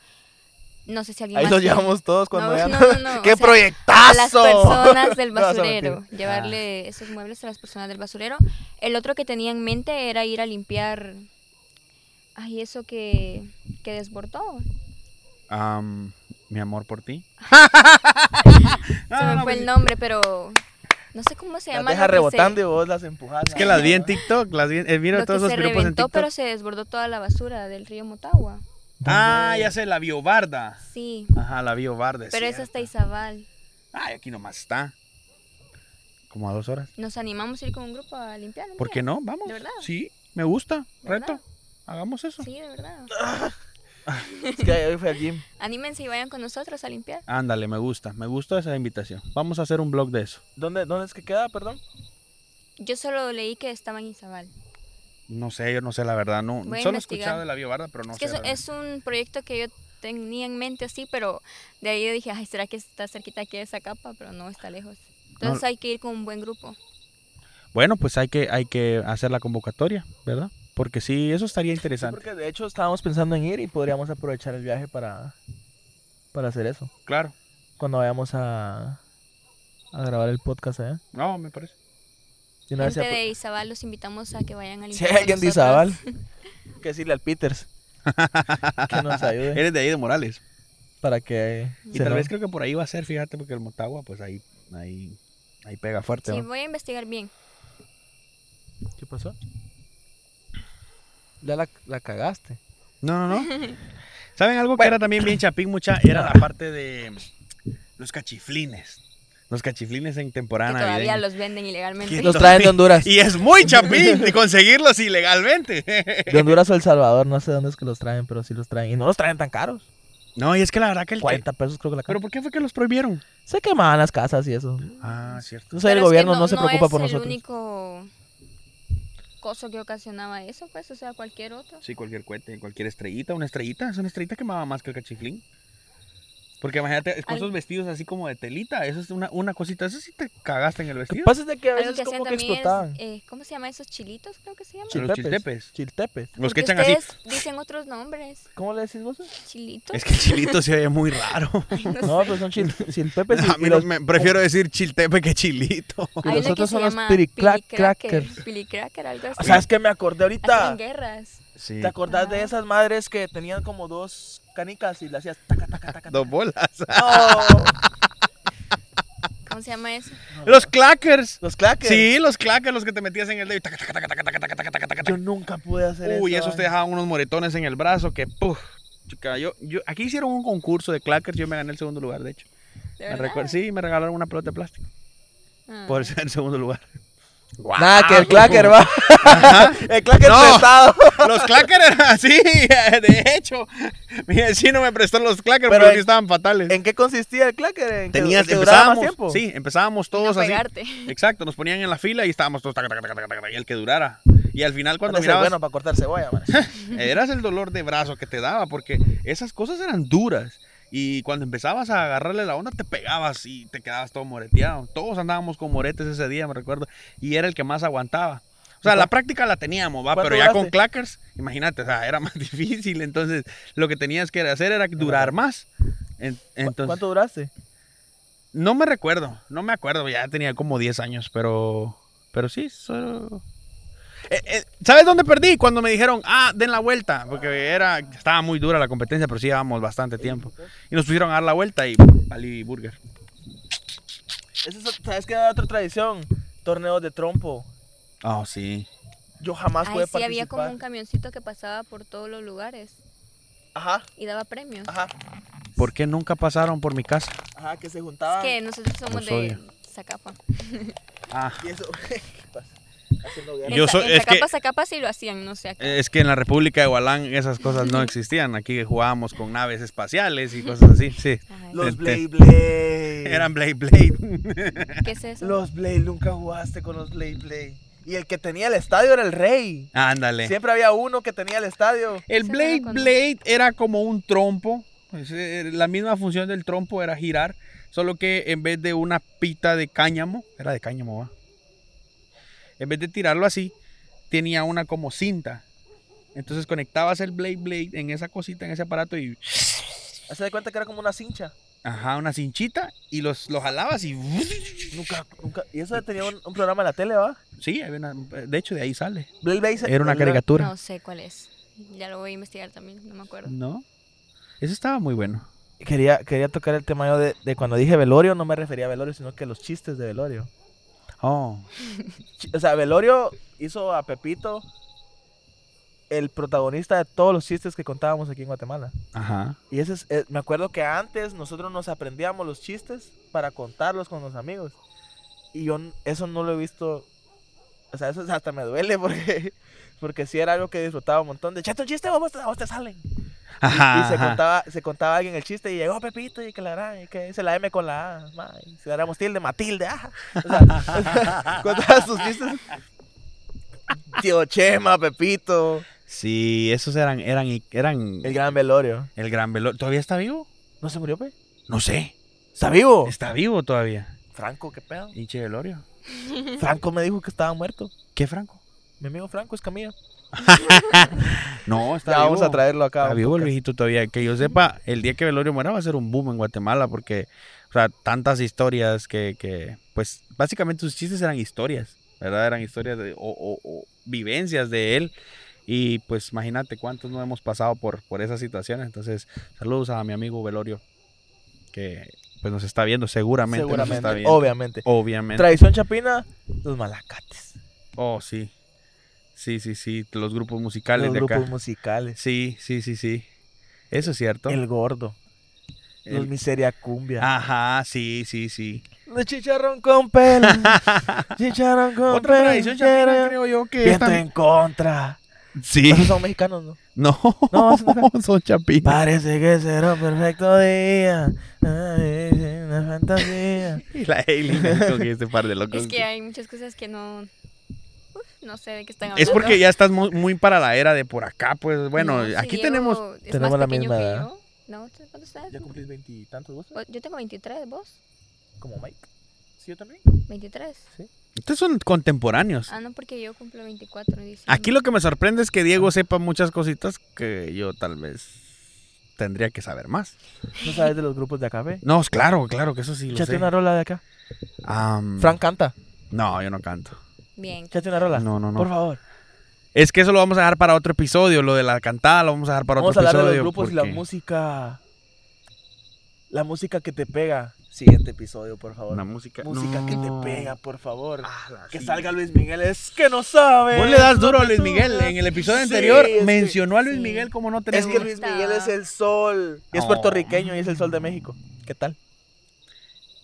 B: No sé si alguien
C: Ahí
B: más
C: los
B: quiere.
C: llevamos todos cuando
B: No,
C: ya
B: no, no, no,
C: ¡Qué
B: o sea,
C: proyectazo!
B: a las personas del
C: No, Ah. vas a mentir.
B: basurero, llevarle esos muebles a las personas del basurero. El otro que tenía en mente era ir a limpiar, ay, eso que, que desbordó.
A: Am, mi amor por ti.
B: Se
A: No,
B: me
A: no,
B: fue
A: pues,
B: el nombre, pero no sé cómo se
C: Las
B: llama. lo
C: dejas
B: que se-
C: rebotando y vos las empujas.
A: Es que las vi en TikTok, las vi, en- eh, miro
B: lo que
A: todos esos
B: se
A: grupos en
B: reventó,
A: TikTok.
B: pero se desbordó toda la basura del río Motagua.
A: Ah, ya sé, la biobarda.
B: Sí,
A: Ajá, la biobarda.
B: pero
A: es
B: esa está
A: cierto.
B: Izabal.
A: Ay, aquí nomás está. Como a dos horas.
B: Nos animamos a ir con un grupo a limpiar. un
A: ¿Por
B: día?
A: qué no? Vamos.
B: ¿De verdad?
A: Sí, me gusta.
B: ¿De
A: Reto.
B: verdad?
A: Hagamos eso.
B: Sí, de verdad.
C: Es que hoy fui al gym.
B: Anímense y vayan con nosotros a limpiar.
A: Ándale, me gusta. Me gusta esa invitación. Vamos a hacer un blog de eso.
C: ¿Dónde, ¿Dónde es que queda, perdón?
B: Yo solo leí que estaba en Izabal.
A: No sé, yo no sé la verdad. No,
B: Voy a
A: solo he
B: investigar.
A: escuchado de la biobarda, pero no
B: es que
A: sé.
B: eso-
A: la verdad.
B: es un proyecto que yo tenía en mente así, pero de ahí yo dije, ay, ¿será que está cerquita aquí de esa capa? Pero no, está lejos. Entonces hay que ir con un buen grupo.
A: Bueno, pues hay que, hay que hacer la convocatoria, ¿verdad? Porque sí, eso estaría
C: Sí,
A: interesante.
C: porque de hecho estábamos pensando en ir y podríamos aprovechar el viaje para, para hacer eso.
A: Claro.
C: Cuando vayamos a, a grabar el podcast allá.
A: No, me parece.
C: Y una vez
B: Gente
C: se apro-
B: de Izabal los invitamos a que vayan al
C: si hay alguien de Izabal,
B: Isabal
C: hay que decirle al Peters que nos ayude
A: Eres de ahí de Morales.
C: para que
A: Y
C: se
A: tal
C: lo-
A: vez creo que por ahí va a ser, fíjate, porque el Motagua, pues ahí, ahí, ahí pega fuerte.
B: Sí,
A: ¿no?
B: voy a investigar bien.
C: ¿Qué pasó? Ya la, la cagaste.
A: No, no, no. ¿Saben algo que
C: Bueno.
A: era también bien chapín, mucha? Era la parte de los cachiflines. Los cachiflines en temporada
B: que todavía
A: navideña.
B: los venden ilegalmente.
A: Que
C: Los traen de Honduras.
A: Y es muy chapín conseguirlos ilegalmente.
C: De Honduras o El Salvador, no sé dónde es que los traen, pero sí los traen. Y no los traen tan caros.
A: No, y es que la verdad que el...
C: 40 pesos creo que la
A: ¿Pero
C: cara.
A: por qué fue que los prohibieron?
C: Se quemaban las casas y eso.
A: Ah, cierto.
C: No sé,
B: Pero
C: el
B: es que
C: gobierno no, se preocupa por
B: Es
C: nosotros.
B: el único cosa que ocasionaba eso, pues, o sea, cualquier otro.
A: Sí, cualquier cohete, cualquier estrellita, una estrellita, es una estrellita quemaba más que el cachiflín. Porque imagínate, con
B: Al-
A: esos vestidos así como de telita, eso es una, una cosita, eso sí te cagaste en el
C: Lo que
A: vestido.
C: pasa es de que a
B: Algo
C: veces
B: que hacían
C: como que
B: también
C: explotaban.
B: es, eh, ¿cómo se llama esos chilitos? Creo que se llaman.
A: Sí, Los chiltepes.
C: Chiltepes.
A: Los
B: Porque
A: que echan así.
B: ustedes dicen otros nombres.
C: ¿Cómo le decís vos?
B: Chilitos.
A: Es que el chilito se oye muy raro.
C: No, pues son chil- chiltepes y,
A: A
C: y
A: mí no
C: los,
A: me- prefiero decir chiltepe que chilito.
C: y
B: Hay
C: los
B: uno que
C: otros
B: se
C: son los
B: llama
C: piriclac
B: Pili Cracker,
C: crackers.
B: Pili Cracker, algo así.
C: ¿Sabes qué me acordé ahorita?
B: Hacían guerras.
A: Sí.
C: ¿Te acordás de
B: Ajá.
C: esas madres que tenían como dos canicas y le hacías taca, taca, taca?
A: Dos bolas.
C: ¡No!
B: ¿Cómo se llama eso?
A: Los clackers.
C: Los claques.
A: Sí, los clackers, los que te metías en el dedo. y taca, taca, taca, taca, taca, taca, taca, taca, taca,
C: Yo nunca pude hacer
A: Uy,
C: eso.
A: esos te dejaban unos moretones en el brazo que puf. Chica, yo, yo, aquí hicieron un concurso de clackers, yo me gané el segundo lugar, de hecho. Me
B: ¿De verdad?
A: recuer- sí, me regalaron una pelota de plástico
B: Ah.
A: por ser el segundo lugar.
C: Nada, que el clacker va. el clacker
A: No.
C: pesado.
A: Los clackers eran así, de hecho. Mi vecino me prestó los clackers
C: Pero
A: pero
C: en-
A: sí estaban fatales.
C: ¿En qué consistía el clacker? ¿En que-
A: Tenías,
C: que, duraba más
A: empezábamos,
C: tiempo?
A: sí, empezábamos
B: Y no
A: todos así.
B: pegarte.
A: Exacto, nos ponían en la fila y estábamos todos taca, taca, taca, taca, taca, y el que durara. Y al final cuando
C: Cuando era
A: mirabas,
C: bueno para cortar cebolla, man.
A: eras el dolor de brazo que te daba porque esas cosas eran duras. Y cuando empezabas a agarrarle la onda, te pegabas y te quedabas todo moreteado. Todos andábamos con moretes ese día, me recuerdo. Y era el que más aguantaba. O sea,
C: ¿Y
A: la
C: cuán-
A: práctica la teníamos, va,
C: cuánto
A: pero ya con
C: duraste?
A: clackers, imagínate, o sea, era más difícil. Entonces, lo que tenías que hacer era durar más. En-
C: ¿Cu-
A: Entonces,
C: ¿Cuánto duraste?
A: no me recuerdo, no me acuerdo, ya tenía como 10 años, pero pero sí, solo... Eh, eh, ¿Sabes dónde perdí? Cuando me dijeron, ah, den la vuelta, porque era estaba muy dura la competencia, pero sí llevábamos bastante tiempo. Y nos pusieron a dar la vuelta y Ali Burger.
C: Eso es ot- ¿Sabes qué era otra tradición? Torneos de trompo.
A: Ah, sí.
C: Yo jamás
B: Ay,
C: pude
B: sí, había
C: participar.
B: como un camioncito que pasaba por todos los lugares
C: Ajá,
B: y daba premios.
C: ajá,
A: ¿Por qué nunca pasaron por mi casa?
C: ajá, que se
B: Es
C: juntaban.
B: que nosotros somos
A: Los
B: de
A: odio.
B: Zacapa.
A: Ah,
C: Y eso, ¿qué pasa? Haciendo
A: Yo
C: guerra.
B: En Za-
A: soy-
B: en
A: es que- Eh,
B: Zacapa, Zacapa sí lo hacían, no sé. acá.
A: es que en la República de Gualán esas cosas no existían. Aquí jugábamos con naves espaciales y cosas así, sí.
B: Ay,
C: Los
A: Te- te-
C: Blade Blade.
A: Eran Blade Blade.
B: ¿Qué es eso?
C: Los Blade, nunca jugaste con los Blade Blade. Y el que tenía el estadio era el rey.
A: Ándale.
C: Siempre había uno que tenía el estadio.
A: El
B: Ese no lo
A: Blade
B: conozco.
A: Blade era como un trompo. pues, eh, La misma función del trompo era girar, solo que en vez de una pita de cáñamo, era de cáñamo, ¿va? En vez de tirarlo así, tenía una como cinta. Entonces conectabas el Blade Blade en esa cosita, en ese aparato y,
C: Hace de cuenta que era como una cincha.
A: ajá, una cinchita y los, los jalabas y,
C: Nunca, nunca. Y eso tenía un, un programa en la tele, ¿va?
A: sí, había una- de hecho de ahí sale.
C: Blade Blade. se-
A: Era una caricatura,
B: No sé cuál es. Ya lo voy a investigar también, no me acuerdo.
A: ¿no? Eso estaba muy bueno.
C: Quería, quería tocar el tema yo de, de cuando dije velorio, no me refería a velorio, sino que los chistes de velorio.
A: Oh,
C: Chi- O sea, velorio hizo a Pepito el protagonista de todos los chistes que contábamos aquí en Guatemala.
A: ajá.
C: Y ese es, eh, me acuerdo que antes nosotros nos aprendíamos los chistes para contarlos con los amigos. Y yo n- eso no lo he visto. O sea, eso hasta me duele porque, porque sí era algo que disfrutaba un montón. De chato, un chiste, vamos, a vos te salen.
A: Ajá.
C: Y se
A: ajá.
C: contaba, se contaba alguien el chiste y llegó Pepito y que la gran, y que dice la M con la A, ma, y si dáramos tilde, Matilde, ah. O sea, contaba sus chistes. Tío Chema, Pepito,
A: Sí, esos eran, eran, eran
C: el
A: el,
C: gran velorio.
A: gran velorio. ¿Todavía está vivo?
C: ¿No se murió, pe? Oh.
A: No sé.
C: ¿Está vivo?
A: Está vivo todavía.
C: Franco, qué pedo.
A: Hinche Delorio.
C: Franco me dijo que estaba muerto.
A: ¿Qué, Franco?
C: Mi amigo Franco es Camilla.
A: No, está
C: Ya vamos
A: vivo.
C: a traerlo acá.
A: Está
C: un
A: vivo el
C: podcast.
A: viejito todavía. Que yo sepa, el día que Velorio muera va a ser un boom en Guatemala porque, o sea, tantas historias que, que, pues, básicamente sus chistes eran historias, ¿verdad? Eran historias de- o, o- o vivencias de él. Y pues imagínate cuántos no hemos pasado por, por esas situaciones. Entonces, saludos a mi amigo Velorio, que pues nos está viendo, seguramente. Nos está
C: Seguramente,
A: viendo.
C: obviamente.
A: Obviamente.
C: Tradición Chapina, los malacates.
A: Oh, sí. Sí, sí, sí. Los grupos musicales
C: Los
A: de acá.
C: grupos musicales.
A: Sí, sí, sí, sí. Eso es cierto.
C: El gordo. Los
A: El-
C: miseria cumbia.
A: Ajá, sí, sí, sí.
C: Los chicharrón con pelo. chicharrón con
A: Otra
C: pelo.
A: tradición chapina creo yo que es
C: Viento en contra.
A: tam- Sí.
C: Esos son mexicanos, ¿no?
A: No,
C: No, es
A: son chapinas.
C: Parece que será un perfecto día. Ay, una fantasía.
A: Y la Eileen con este par de locos.
B: Es que hay muchas cosas que no. uf, no sé de qué están hablando.
A: Es porque ya estás mu- muy, para la era de por acá, pues bueno,
B: No, si
A: aquí
B: Diego
A: tenemos...
B: es
C: Tenemos
B: más
C: la
B: pequeño
C: misma
B: que
C: edad.
B: yo. No, ¿tú- ¿cuánto estás?
C: ¿Ya cumplís veintitantos vos?
B: Vos- Yo tengo 23, vos.
C: ¿Como Mike? ¿Sí, yo también?
B: 23.
A: Estos son contemporáneos.
B: Ah, no, porque yo cumplo 24. en diciembre.
A: Aquí lo que me sorprende es que Diego sepa muchas cositas que yo tal vez tendría que saber más.
C: ¿No sabes de los grupos de acá, ve?
A: No, claro, claro, que eso sí lo
C: Échate
A: sé.
C: una rola de acá.
A: Am,
C: Frank canta.
A: No, yo no canto.
B: Bien.
C: Échate una rola.
A: No, no, no.
C: Por favor.
A: Es que eso lo vamos a dejar para otro episodio, lo de la cantada lo vamos a dejar para
C: Vamos a
A: otro
C: hablar
A: episodio.
C: de los grupos y la
A: porque-
C: música. La música que te pega. Siguiente episodio, por favor.
A: Una música.
C: música que te
A: no.
C: pega, por favor.
A: Ah, la
C: que
A: sí.
C: salga Luis Miguel. Es que no sabe.
A: Vos le das
C: lo
A: duro a
C: que
A: Luis
C: tú
A: Miguel.
C: das.
A: En el episodio
C: Sí,
A: anterior
C: es que-
A: mencionó a Luis
B: sí.
A: Miguel como no
C: Es
A: tenemos.
C: que
B: Me
C: Luis
B: gusta.
C: Miguel es el sol. Y es
A: Oh.
C: puertorriqueño y es el sol de México. ¿Qué tal?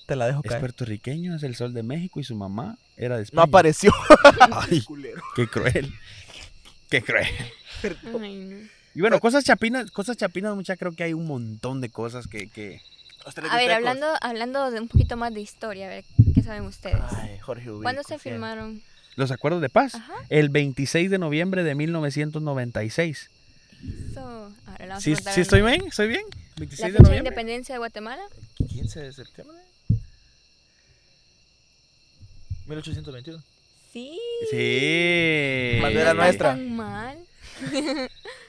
C: Te la dejo
A: Es
C: caer.
A: puertorriqueño, es el sol de México y su mamá era de
C: No
A: España.
C: apareció.
A: Ay,
C: Culero.
A: qué cruel. Qué cruel.
B: Ay, no.
A: Y bueno, cosas chapinas, cosas chapinas, mucha creo que hay un montón de cosas que, que...
C: Los tres
B: A ver,
C: yucatecos.
B: hablando, hablando de un poquito más de historia, a ver, ¿qué saben ustedes?
C: Ay, Jorge Ubico,
B: ¿Cuándo se
C: sí.
B: firmaron?
A: Los acuerdos de paz.
B: Ajá.
A: El 26 de noviembre de 1996.
B: Eso. Ahora la vamos
A: ¿Sí,
B: a contar
A: sí
B: al-
A: estoy bien? ¿Soy bien?
B: La
A: 26 de
B: fecha de
A: noviembre.
B: independencia de Guatemala.
C: 15 de septiembre. 1821.
B: Sí.
A: Sí.
B: Ay,
C: Bandera
B: no está
C: nuestra.
B: tan mal.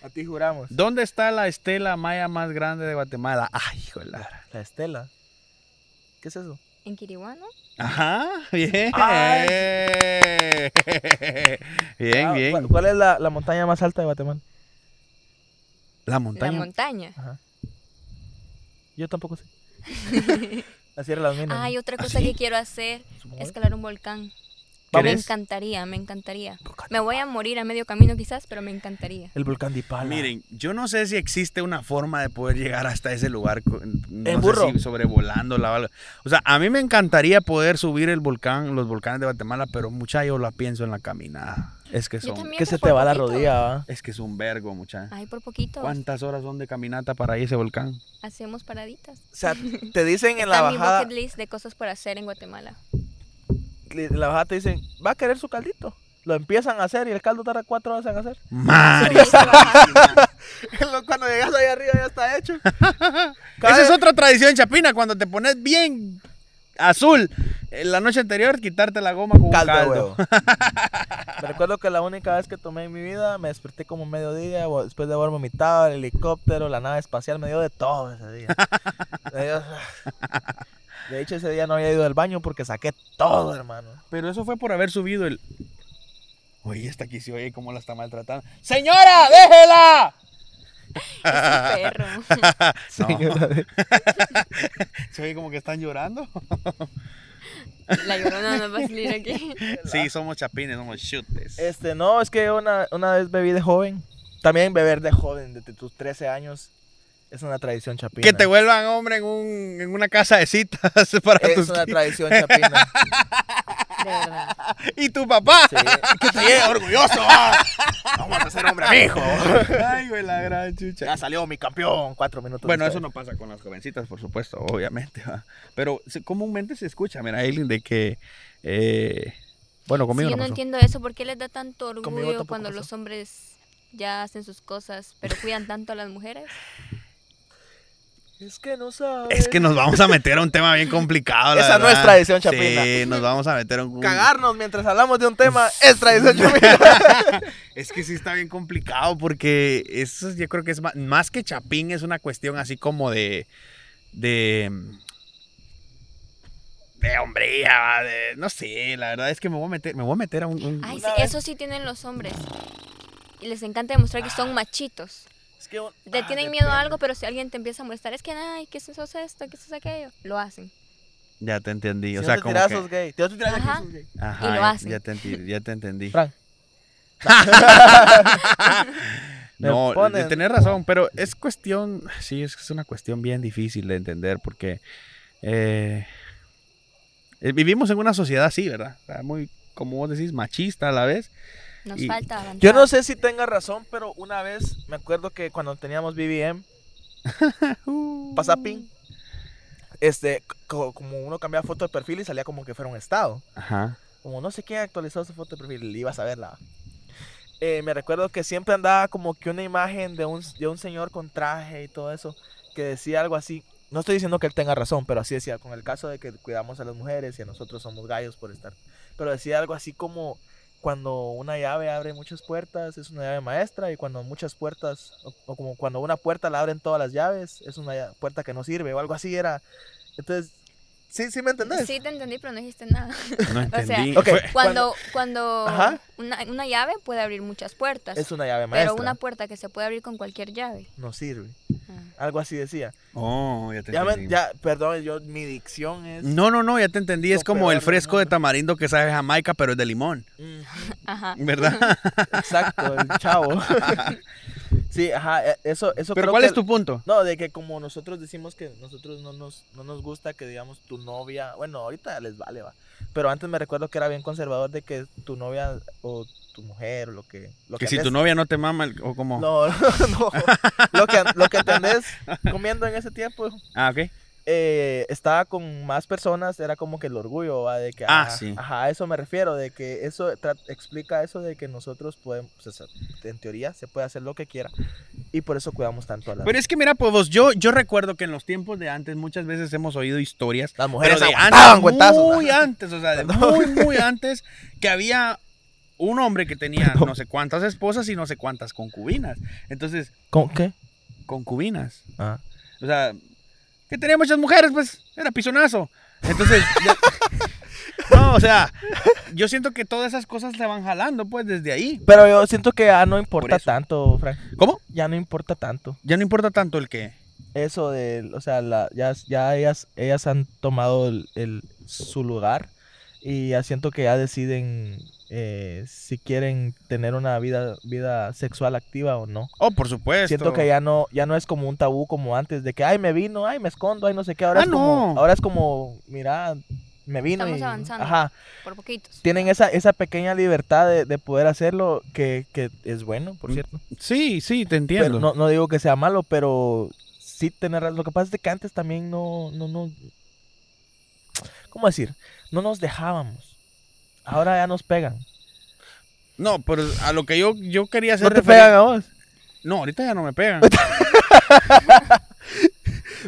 C: A ti juramos.
A: ¿Dónde está la estela maya más grande de Guatemala? Ay, híjola.
C: La estela. ¿Qué es eso?
B: En Quiriguano.
A: Ajá, bien.
C: Ay.
A: Bien,
C: Ah,
A: bien.
C: ¿cu- ¿Cuál es la, la montaña más alta de Guatemala?
A: La
B: La
A: montaña.
B: montaña.
C: Yo tampoco sé. La Sierra de las Minas.
B: Ay,
C: ¿no?
B: otra cosa
A: sí?
B: que quiero hacer.
C: Supongo.
B: Escalar un volcán. Me
A: ¿Querés?
B: encantaría, me encantaría.
C: Volcán
B: Me voy a morir a medio camino quizás, pero me encantaría.
C: El volcán de Ipala.
A: Ah, Miren, yo no sé si existe una forma de poder llegar hasta ese lugar co- no
C: En
A: sé
C: burro.
A: si sobrevolándola o algo. O sea, a mí me encantaría poder subir el volcán, los volcanes de Guatemala, pero mucha yo la pienso en la caminada. Es que
B: Yo
A: son
B: también,
C: Que
B: pero
C: se
B: por
C: te va la
B: poquito.
C: rodilla, ¿va?
A: es que es un vergo, mucha.
B: Ay, por poquito.
A: ¿Cuántas horas son de caminata para ir a ese volcán?
B: Hacemos paraditas.
C: O sea, te dicen en la
B: Está mi
C: bajada.
B: bucket list de cosas por hacer en Guatemala.
C: En la bajada te dicen, va a querer su caldito. Lo empiezan a hacer y el caldo tarda cuatro horas en hacer.
A: Mari.
C: Cuando llegas ahí arriba ya está hecho.
A: Esa es otra tradición chapina, cuando te pones bien azul eh, la noche anterior, quitarte la goma con un
C: caldo,
A: caldo.
C: de huevo. Me recuerdo que la única vez que tomé en mi vida me desperté como mediodía, vo- después de haber vomitado, el helicóptero, la nave espacial, me dio de todo ese día. Me dio- De hecho, ese día no había ido al baño porque saqué todo, hermano.
A: Pero eso fue por haber subido el... Oye, esta aquí se oye cómo la está maltratando. ¡Señora, déjela!
B: Perro.
A: No. se oye como que están llorando.
B: La llorona no va a salir aquí.
A: Sí, somos chapines, somos chutes.
C: Este, no, es que una, una vez bebí de joven. También beber de joven, desde tus 13 años, es una tradición chapina.
A: Que te vuelvan hombre en, un- en una casa de citas para
C: Es
A: tus...
C: una tradición chapina.
B: De verdad.
A: Y tu papá.
C: Sí.
A: Que te llegue orgulloso. Vamos a ser hombre, mijo. Ay, güey, la gran chucha.
C: Ya salió mi campeón, cuatro minutos.
A: Bueno, eso
C: después.
A: no pasa con las jovencitas, por supuesto, obviamente. ¿va? Pero se- comúnmente se escucha, mira, Aileen, de que. eh, bueno, conmigo
B: Sí, yo
A: no
B: no
A: pasó.
B: entiendo eso. ¿Por qué les da tanto
C: Conmigo
B: orgullo
C: tampoco
B: cuando
C: pasó.
B: los hombres ya hacen sus cosas, pero cuidan tanto a las mujeres?
C: Es que no sabes.
A: Es que nos vamos a meter a un tema bien complicado. la
C: Esa no
A: verdad.
C: es tradición
A: Sí,
C: chapina.
A: nos vamos a meter a un.
C: Cagarnos mientras hablamos de un tema es tradición chapina.
A: Es que sí está bien complicado porque eso yo creo que es ma- más, que chapín, es una cuestión así como de. de. de hombría, va, de- no sé, la verdad es que me voy a meter, me voy a, meter a un. un-
B: Ay, sí,
C: Una vez-
B: eso sí tienen los hombres. Y les encanta demostrar que son machitos.
C: Es que un-
B: Te
C: ah,
B: tienen miedo a
C: depende.
B: algo, pero si alguien te empieza a molestar, es que, ay, ¿qué es eso esto? ¿Qué es eso aquello? Lo hacen.
A: Ya te entendí,
C: Si
A: o
C: no
A: sea,
C: te
A: como.
C: tiras,
A: que-
C: sos gay. Si no te tiras,
B: Ajá.
C: sos gay.
A: Ajá,
B: y lo
A: ya-
B: hacen.
A: Ya te entendí, ya te entendí.
C: Frank. Me
A: No, eh,
C: ponen-
A: tenés razón, pero es cuestión, sí, es que es una cuestión bien difícil de entender porque eh, eh, vivimos en una sociedad así, ¿verdad? O sea, muy, como vos decís, machista a la vez.
B: Nos
A: Y-
B: falta avanzar.
C: Yo no sé si tenga razón, pero una vez me acuerdo que cuando teníamos BBM, Pasapín, este, co- como uno cambiaba foto de perfil y salía como que fuera un estado.
A: Ajá.
C: Como no sé quién actualizó su foto de perfil, ibas a verla. Eh, me recuerdo que siempre andaba como que una imagen de un, de un señor con traje y todo eso, que decía algo así. No estoy diciendo que él tenga razón, pero así decía, con el caso de que cuidamos a las mujeres y a nosotros somos gallos por estar. Pero decía algo así como, cuando una llave abre muchas puertas, es una llave maestra, y cuando muchas puertas, o, o como cuando una puerta la abren todas las llaves, es una lla- puerta que no sirve, o algo así era. Entonces, sí, sí me entendés.
B: Sí, te entendí, pero no dijiste nada.
A: No entendí.
C: Ok.
A: Fue-
B: Cuando, cuando
C: Ajá.
B: una, una llave puede abrir muchas puertas,
C: Es una llave maestra.
B: pero una puerta que se puede abrir con cualquier llave.
C: no sirve.
B: Ah.
C: Algo así decía.
A: Oh, ya te
C: Ya, me-
A: entendí.
C: ya, perdón, yo, mi dicción es.
A: No, no, no, ya te entendí. Es
C: Lo
A: como el
C: peor del
A: fresco de
C: mundo.
A: tamarindo que sabe a Jamaica, pero es de limón,
C: Mm,
B: Ajá.
A: ¿verdad?
C: Exacto, el chavo. sí, ajá, e- eso, eso
A: pero
C: creo
A: ¿cuál
C: que-
A: es tu punto?
C: No, de que como nosotros decimos que nosotros no nos, no nos gusta que digamos tu novia, bueno, ahorita les vale, va. Pero antes me recuerdo que era bien conservador de que tu novia o tu mujer o lo que... Lo
A: Que si
C: andes-
A: tu novia no te mama, el- o como...
C: No, no, Lo que, an- lo que te andes comiendo en ese tiempo,
A: Ah, ok.
C: eh, estaba con más personas, era como que el orgullo, ¿va? De que,
A: Ah,
C: ajá,
A: sí.
C: ajá, a eso me refiero, de que eso tra- explica eso de que nosotros podemos, o sea, en teoría, se puede hacer lo que quiera y por eso cuidamos tanto a las,
A: Pero es que mira, pues vos, yo, yo recuerdo que en los tiempos de antes muchas veces hemos oído historias
C: las mujeres.
A: Pero de
C: aguantaban
A: antes,
C: guantazos, ¿no?
A: muy antes, o sea, de
C: Perdón.
A: muy, muy antes, que había un hombre que tenía no sé cuántas esposas y no sé cuántas concubinas. Entonces,
C: ¿Con qué?
A: concubinas.
C: Ah.
A: O sea, que tenía muchas mujeres, pues, era pichonazo. Entonces, yo- no, o sea, yo siento que todas esas cosas se van jalando, pues, desde ahí.
C: Pero yo siento que ya no importa
A: eso.
C: tanto, Frank.
A: ¿Cómo?
C: Ya no importa tanto.
A: Ya no importa tanto el que...
C: Eso de, o sea, la- ya, ya ellas, ellas han tomado el, el- su lugar y ya siento que ya deciden eh, si quieren tener una vida, vida sexual activa o no.
A: Oh, por supuesto.
C: Siento que ya no, ya no es como un tabú como antes de que, ay, me vino, ay, me escondo, ay, no sé qué. Ahora
A: Ah,
C: es como,
A: no.
C: ahora es como, mira, me vino.
B: Estamos
C: y-
B: avanzando.
C: Ajá.
B: Por poquitos.
C: Tienen esa, esa pequeña libertad de, de poder hacerlo que, que es bueno, por
A: Mm,
C: cierto.
A: Sí, sí, te
C: Pero
A: entiendo.
C: no, no digo que sea malo, pero sí tener razón. Lo que pasa es de que antes también no, no, no. ¿Cómo decir? No nos dejábamos. Ahora ya nos pegan.
A: No, pero a lo que yo, yo quería hacer
C: ¿No te
A: referen-
C: pegan a vos?
A: No, ahorita ya no me pegan.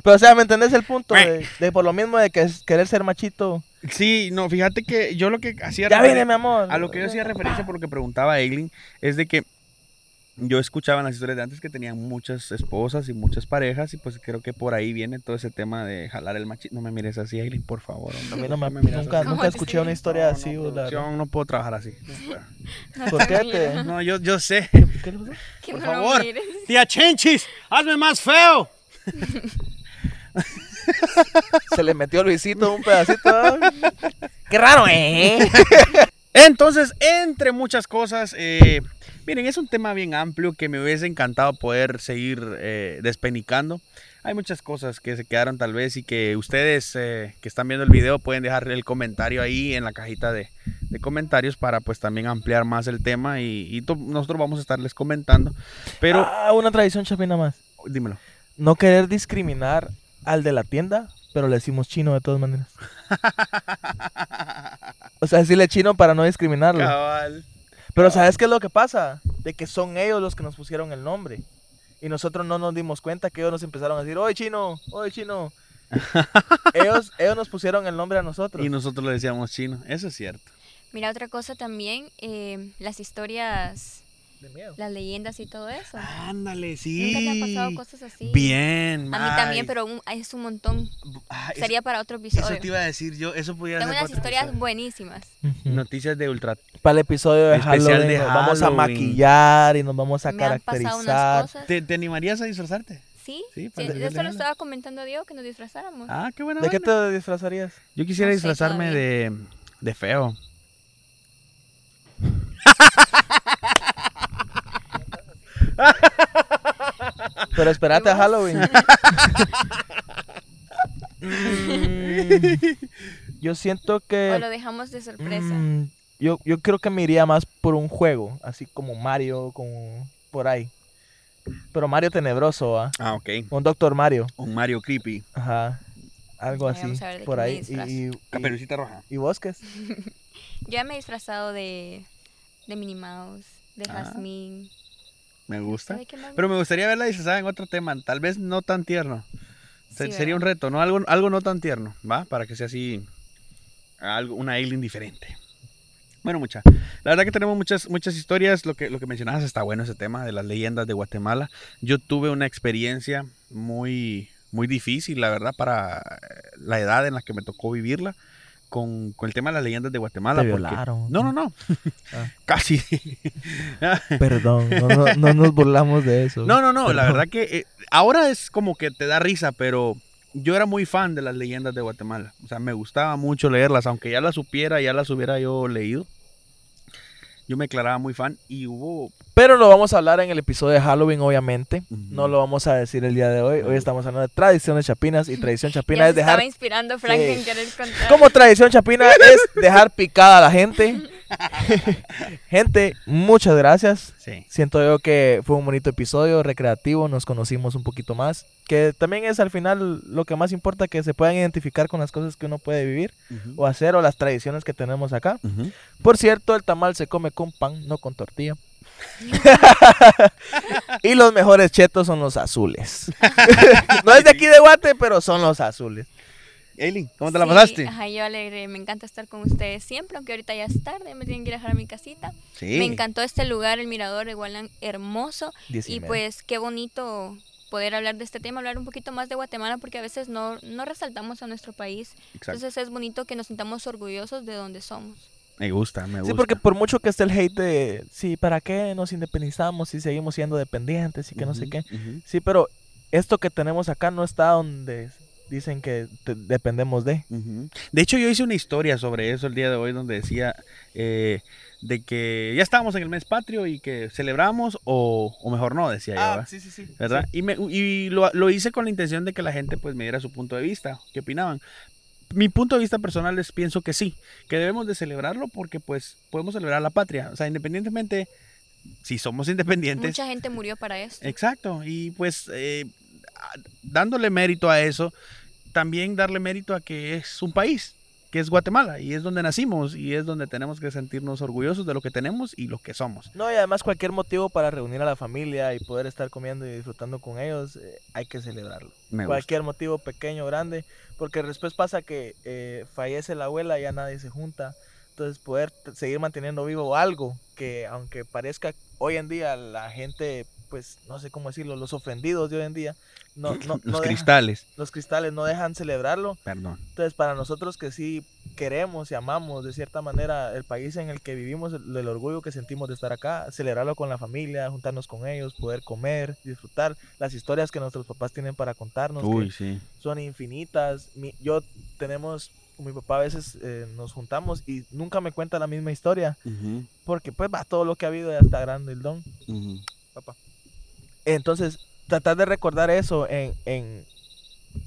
C: Pero, o sea, ¿me entendés el punto?
A: Meh.
C: De, de por lo mismo de que es- querer ser machito.
A: Sí, no, fíjate que yo lo que hacía
C: Ya
A: referen-
C: viene, mi amor.
A: a lo que yo hacía referencia por lo que preguntaba Eglin es de que yo escuchaba en las historias de antes que tenían muchas esposas y muchas parejas y pues creo que por ahí viene todo ese tema de jalar el machismo. No me mires así, Eglin, por favor. hombre,
C: A mí no me-
A: ¿por qué me miras
C: nunca
A: así?
C: nunca
B: te
C: escuché una
B: sientes?
C: historia
A: No,
C: así.
A: no,
C: o la-
A: producción, no puedo trabajar así.
C: ¿Por qué te-
A: No, yo, yo sé.
C: qué le pasó?
B: Que
A: Por
B: no lo
A: favor.
B: mires.
A: Tía Chenchis, hazme más feo.
C: Se le metió Luisito un pedacito. qué raro, ¿eh?
A: Entonces, entre muchas cosas, eh, miren, es un tema bien amplio que me hubiese encantado poder seguir eh, despenicando. Hay muchas cosas que se quedaron tal vez y que ustedes eh, que están viendo el video pueden dejar el comentario ahí en la cajita de, de comentarios para pues también ampliar más el tema y, y to- nosotros vamos a estarles comentando. Pero,
C: Ah, una tradición chapina más.
A: dímelo.
C: no querer discriminar al de la tienda, pero le decimos chino de todas maneras. O sea, decirle chino para no discriminarlo.
A: Cabal.
C: Pero ¿sabes qué es lo que pasa? De que son ellos los que nos pusieron el nombre. Y nosotros no nos dimos cuenta que ellos nos empezaron a decir, oye chino, oye chino. ellos, ellos nos pusieron el nombre a nosotros.
A: Y nosotros le decíamos chino, eso es cierto.
B: Mira, otra cosa también, eh, las historias,
C: De miedo.
B: las leyendas y todo eso.
A: Ándale, Ah, sí.
B: Ah. Nunca te han pasado cosas así.
A: Bien, Ah,
B: A mí también, pero un- es un montón. Sería para otro
A: eso,
B: episodio.
A: te iba a decir yo, eso pudiera
B: Tengo
A: ser
B: unas
A: para otro
B: historias
A: episodio.
B: buenísimas.
A: Mm. Noticias de ultra.
C: Para el episodio de
A: Especial
C: Halloween,
A: de
C: nos vamos a
A: Halloween.
C: maquillar y nos vamos a
B: Me han pasado unas
C: caracterizar.
B: cosas.
A: ¿Te, te animarías a disfrazarte?
B: Sí,
A: Sí,
B: sí,
A: para
B: de
A: nivel
B: eso lo
A: legal.
B: estaba comentando a Diego, que nos disfrazáramos.
A: Ah, qué buena.
C: ¿De qué
A: onda.
C: te disfrazarías?
A: Yo quisiera
B: No sé
A: disfrazarme
B: todavía.
A: de, de feo.
C: Pero espérate a
B: ¿Y vos?
C: Halloween. Mm, yo siento
B: O lo
A: eh,
C: que.
B: dejamos de sorpresa.
C: mm, yo, yo creo que me iría más por un juego, así como Mario, como por ahí. Pero Mario tenebroso, ¿ah?
A: Ah, ok.
C: Un Doctor Mario,
A: Un Mario creepy.
C: ajá. Algo
B: Ay,
C: así,
B: vamos a ver de
C: por
B: qué me
C: ahí. Y,
B: disfrazo.
C: y, y,
A: Caperucita roja.
C: y bosques.
B: Yo ya me he disfrazado de, de Minnie Mouse, de
A: Ah.
B: Jasmine.
A: Me gusta.
B: ¿Sabe qué más?
A: Pero me gustaría verla disfrazada en otro tema, tal vez no tan tierno. Se-
B: Sí,
A: sería un
B: ¿verdad?
A: reto, ¿no? Algo, algo no tan tierno, ¿va? Para que sea así, algo, una alien diferente. Bueno, mucha. La verdad que tenemos muchas, muchas historias. Lo que, lo que mencionabas está bueno ese tema de las leyendas de Guatemala. Yo tuve una experiencia muy, muy difícil, la verdad, para eh, la edad en la que me tocó vivirla con, con el tema de las leyendas de Guatemala.
C: Te
A: porque-
C: violaron.
A: No, no, no.
C: Ah.
A: Casi.
C: Perdón, no, no- no nos burlamos de eso.
A: No, no, no, la
C: Perdón.
A: verdad que eh, ahora es como que te da risa, pero yo era muy fan de las leyendas de Guatemala. O sea, me gustaba mucho leerlas, aunque ya las supiera, ya las hubiera yo leído. Yo me declaraba muy fan y hubo...
C: Pero lo vamos a hablar en el episodio de Halloween, obviamente.
A: Ujú.
C: No lo vamos a decir el día de hoy. Hoy estamos hablando de tradiciones chapinas y tradición
B: Ya
C: chapina
B: se
C: es dejar...
B: Estaba inspirando Frank
C: Sí.
B: en querer contar.
C: Como tradición chapina es dejar picada a la gente. gente, muchas gracias.
A: Sí.
C: Siento yo que fue un bonito episodio, recreativo, nos conocimos un poquito más. Que también es al final lo que más importa, que se puedan identificar con las cosas que uno puede vivir o hacer o las tradiciones que tenemos acá.
A: Ujú.
C: Por cierto, el tamal se come con pan, no con tortilla. y los mejores chetos son los azules. no es de aquí de Guate, pero son los azules.
A: Eileen, ¿cómo te la
B: Sí,
A: pasaste?
B: Ajá, yo alegre. Me encanta estar con ustedes siempre, aunque ahorita ya es tarde, me tienen que ir a dejar a mi casita.
A: Sí.
B: Me encantó este lugar, el mirador de Gualán, hermoso.
C: Diez y
B: y
C: media.
B: pues qué bonito poder hablar de este tema, hablar un poquito más de Guatemala, porque a veces no, no resaltamos a nuestro país.
A: Exacto.
B: Entonces es bonito que nos sintamos orgullosos de donde somos.
A: Me gusta, me gusta.
C: Sí, porque por mucho que esté el hate de, sí, ¿para qué nos independizamos si seguimos siendo dependientes y que no sé
A: Ujú,
C: qué?
A: ujú.
C: Sí, pero esto que tenemos acá no está donde dicen que te- dependemos de.
A: Ujú. De hecho, yo hice una historia sobre eso el día de hoy donde decía eh, de que ya estábamos en el mes patrio y que celebramos o, o mejor no, decía
B: Ah,
A: yo. ¿verdad?
C: Ah, sí, sí, sí.
A: ¿verdad? Y, me- y lo, lo hice con la intención de que la gente pues me diera su punto de vista, qué opinaban. Mi punto de vista personal es pienso que sí, que debemos de celebrarlo porque pues podemos celebrar la patria, o sea, independientemente si somos independientes.
B: Mucha gente murió para esto.
A: Exacto, y pues eh, a- dándole mérito a eso, también darle mérito a que es un país, que es Guatemala, y es donde nacimos, y es donde tenemos que sentirnos orgullosos de lo que tenemos y lo que somos.
C: No, y además cualquier motivo para reunir a la familia y poder estar comiendo y disfrutando con ellos, eh, hay que celebrarlo.
A: Me gusta.
C: cualquier motivo pequeño, grande, porque después pasa que eh, fallece la abuela y ya nadie se junta. Entonces poder t- seguir manteniendo vivo algo que aunque parezca hoy en día la gente, pues no sé cómo decirlo, los ofendidos de hoy en día, no, no,
A: Los
C: no dejan-
A: cristales,
C: los cristales no dejan celebrarlo.
A: perdón.
C: Entonces para nosotros que sí queremos y amamos de cierta manera el país en el que vivimos, el, el orgullo que sentimos de estar acá, celebrarlo con la familia, juntarnos con ellos, poder comer, disfrutar las historias que nuestros papás tienen para contarnos. que-
A: Uy, sí.
C: son infinitas. Mi- yo tenemos, mi papá a veces eh, nos juntamos y nunca me cuenta la misma historia,
A: Ujú.
C: porque pues va todo lo que ha habido ya está grande el don.
A: Ujú.
C: Entonces, tratar de recordar eso en, en,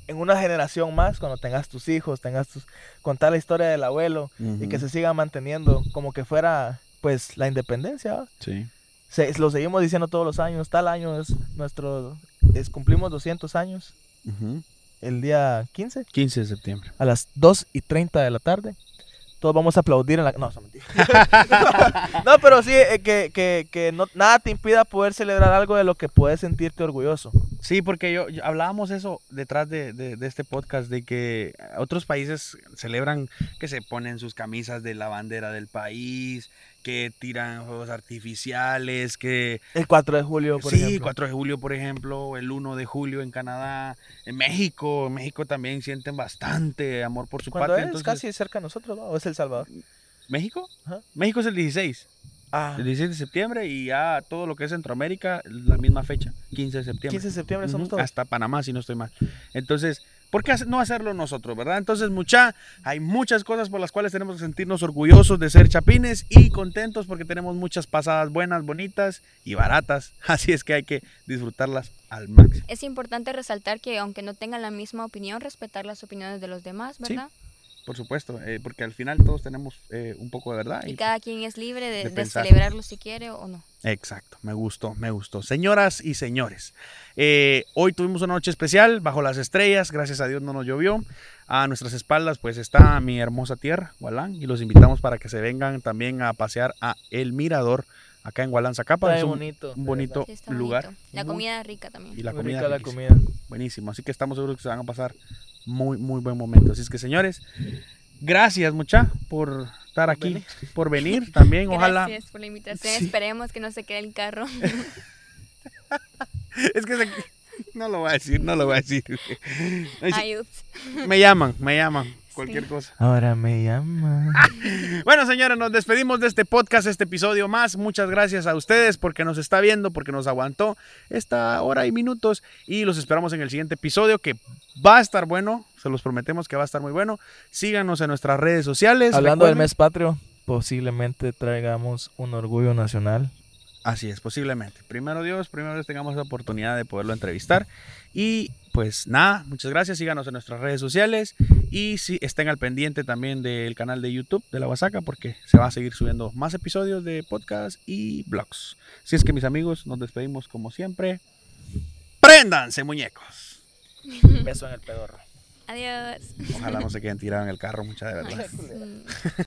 C: en una generación más, cuando tengas tus hijos, tengas tus, contar la historia del abuelo y que
A: Ujú.
C: se siga manteniendo como que fuera pues la independencia. ¿va?
A: Sí.
C: Se, lo seguimos diciendo todos los años, tal año es nuestro, es, cumplimos 200 años el día 15.
A: 15 de septiembre.
C: a las 2 y 30 de la tarde. todos vamos a aplaudir en la... No, eso es mentira. no, pero sí, eh, que, que, que no, nada te impida poder celebrar algo de lo que puedes sentirte orgulloso.
A: Sí, porque yo, yo- hablábamos eso detrás de, de- de este podcast, de que otros países celebran que se ponen sus camisas de la bandera del país, que tiran juegos artificiales, que
C: El 4 de julio, por
A: sí,
C: ejemplo.
A: 4 de julio, por ejemplo, el 1 de julio en Canadá, en México, en México también sienten bastante amor por su
C: Cuando
A: patria.
C: es
A: entonces-
C: casi cerca de nosotros, ¿no? ¿O es El Salvador?
A: ¿México?
C: Ajá.
A: México es el 16,
C: Ah,
A: el 16 de septiembre y ya todo lo que es Centroamérica, la misma fecha, 15 de septiembre.
C: 15 de septiembre somos
A: Ujú,
C: todos.
A: Hasta Panamá, si no estoy mal. Entonces, ¿por qué hace- no hacerlo nosotros, verdad? Entonces, mucha, hay muchas cosas por las cuales tenemos que sentirnos orgullosos de ser chapines y contentos porque tenemos muchas pasadas buenas, bonitas y baratas. Así es que hay que disfrutarlas al máximo.
B: Es importante resaltar que aunque no tengan la misma opinión, respetar las opiniones de los demás,
A: Sí,
B: ¿verdad?
A: Por supuesto, eh, porque al final todos tenemos eh, un poco de verdad.
B: y cada quien es libre de,
A: de
B: de
A: pensar.
B: celebrarlo si quiere o no.
A: Exacto, me gustó, me gustó. Señoras y señores, eh, hoy tuvimos una noche especial bajo las estrellas, gracias a Dios no nos llovió. A nuestras espaldas pues está mi hermosa tierra, Gualán, y los invitamos para que se vengan también a pasear a El Mirador, acá en Gualán, Zacapa.
C: Está
A: Es un,
C: bonito.
A: un bonito
B: Sí, está
A: lugar.
B: bonito. La
A: Muy-
B: comida es rica también.
A: Y la
C: Muy
A: comida.
C: rica la
A: riquísima.
C: comida.
A: Buenísimo, así que estamos seguros que se van a pasar muy, muy buen momento. Así es que señores, gracias mucha por estar aquí,
C: venir.
A: por venir también, ojalá.
B: Gracias por la invitación.
A: Sí.
B: Esperemos que no se quede el carro.
A: Es que se- no lo voy a decir, no lo voy a decir. Ay, sí,
B: Ay, ups.
A: Me llaman, me llaman. Cualquier cosa.
C: Ahora me llama.
A: Bueno, señores, nos despedimos de este podcast, este episodio más. Muchas gracias a ustedes porque nos está viendo, porque nos aguantó esta hora y minutos. Y los esperamos en el siguiente episodio que va a estar bueno. Se los prometemos que va a estar muy bueno. Síganos en nuestras redes sociales.
C: Hablando del
A: Recuerden-
C: mes patrio, posiblemente traigamos un orgullo nacional.
A: Así es, posiblemente. Primero Dios, primero Dios tengamos la oportunidad de poderlo entrevistar. Y pues nada, muchas gracias. Síganos en nuestras redes sociales y si estén al pendiente también del canal de YouTube de La Guasaca porque se va a seguir subiendo más episodios de podcast y blogs. Así es que mis amigos, nos despedimos como siempre. Préndanse, muñecos.
C: Beso en el pedorro.
B: Adiós.
A: Ojalá no se queden tirados en el carro, mucha de verdad.
B: Mm.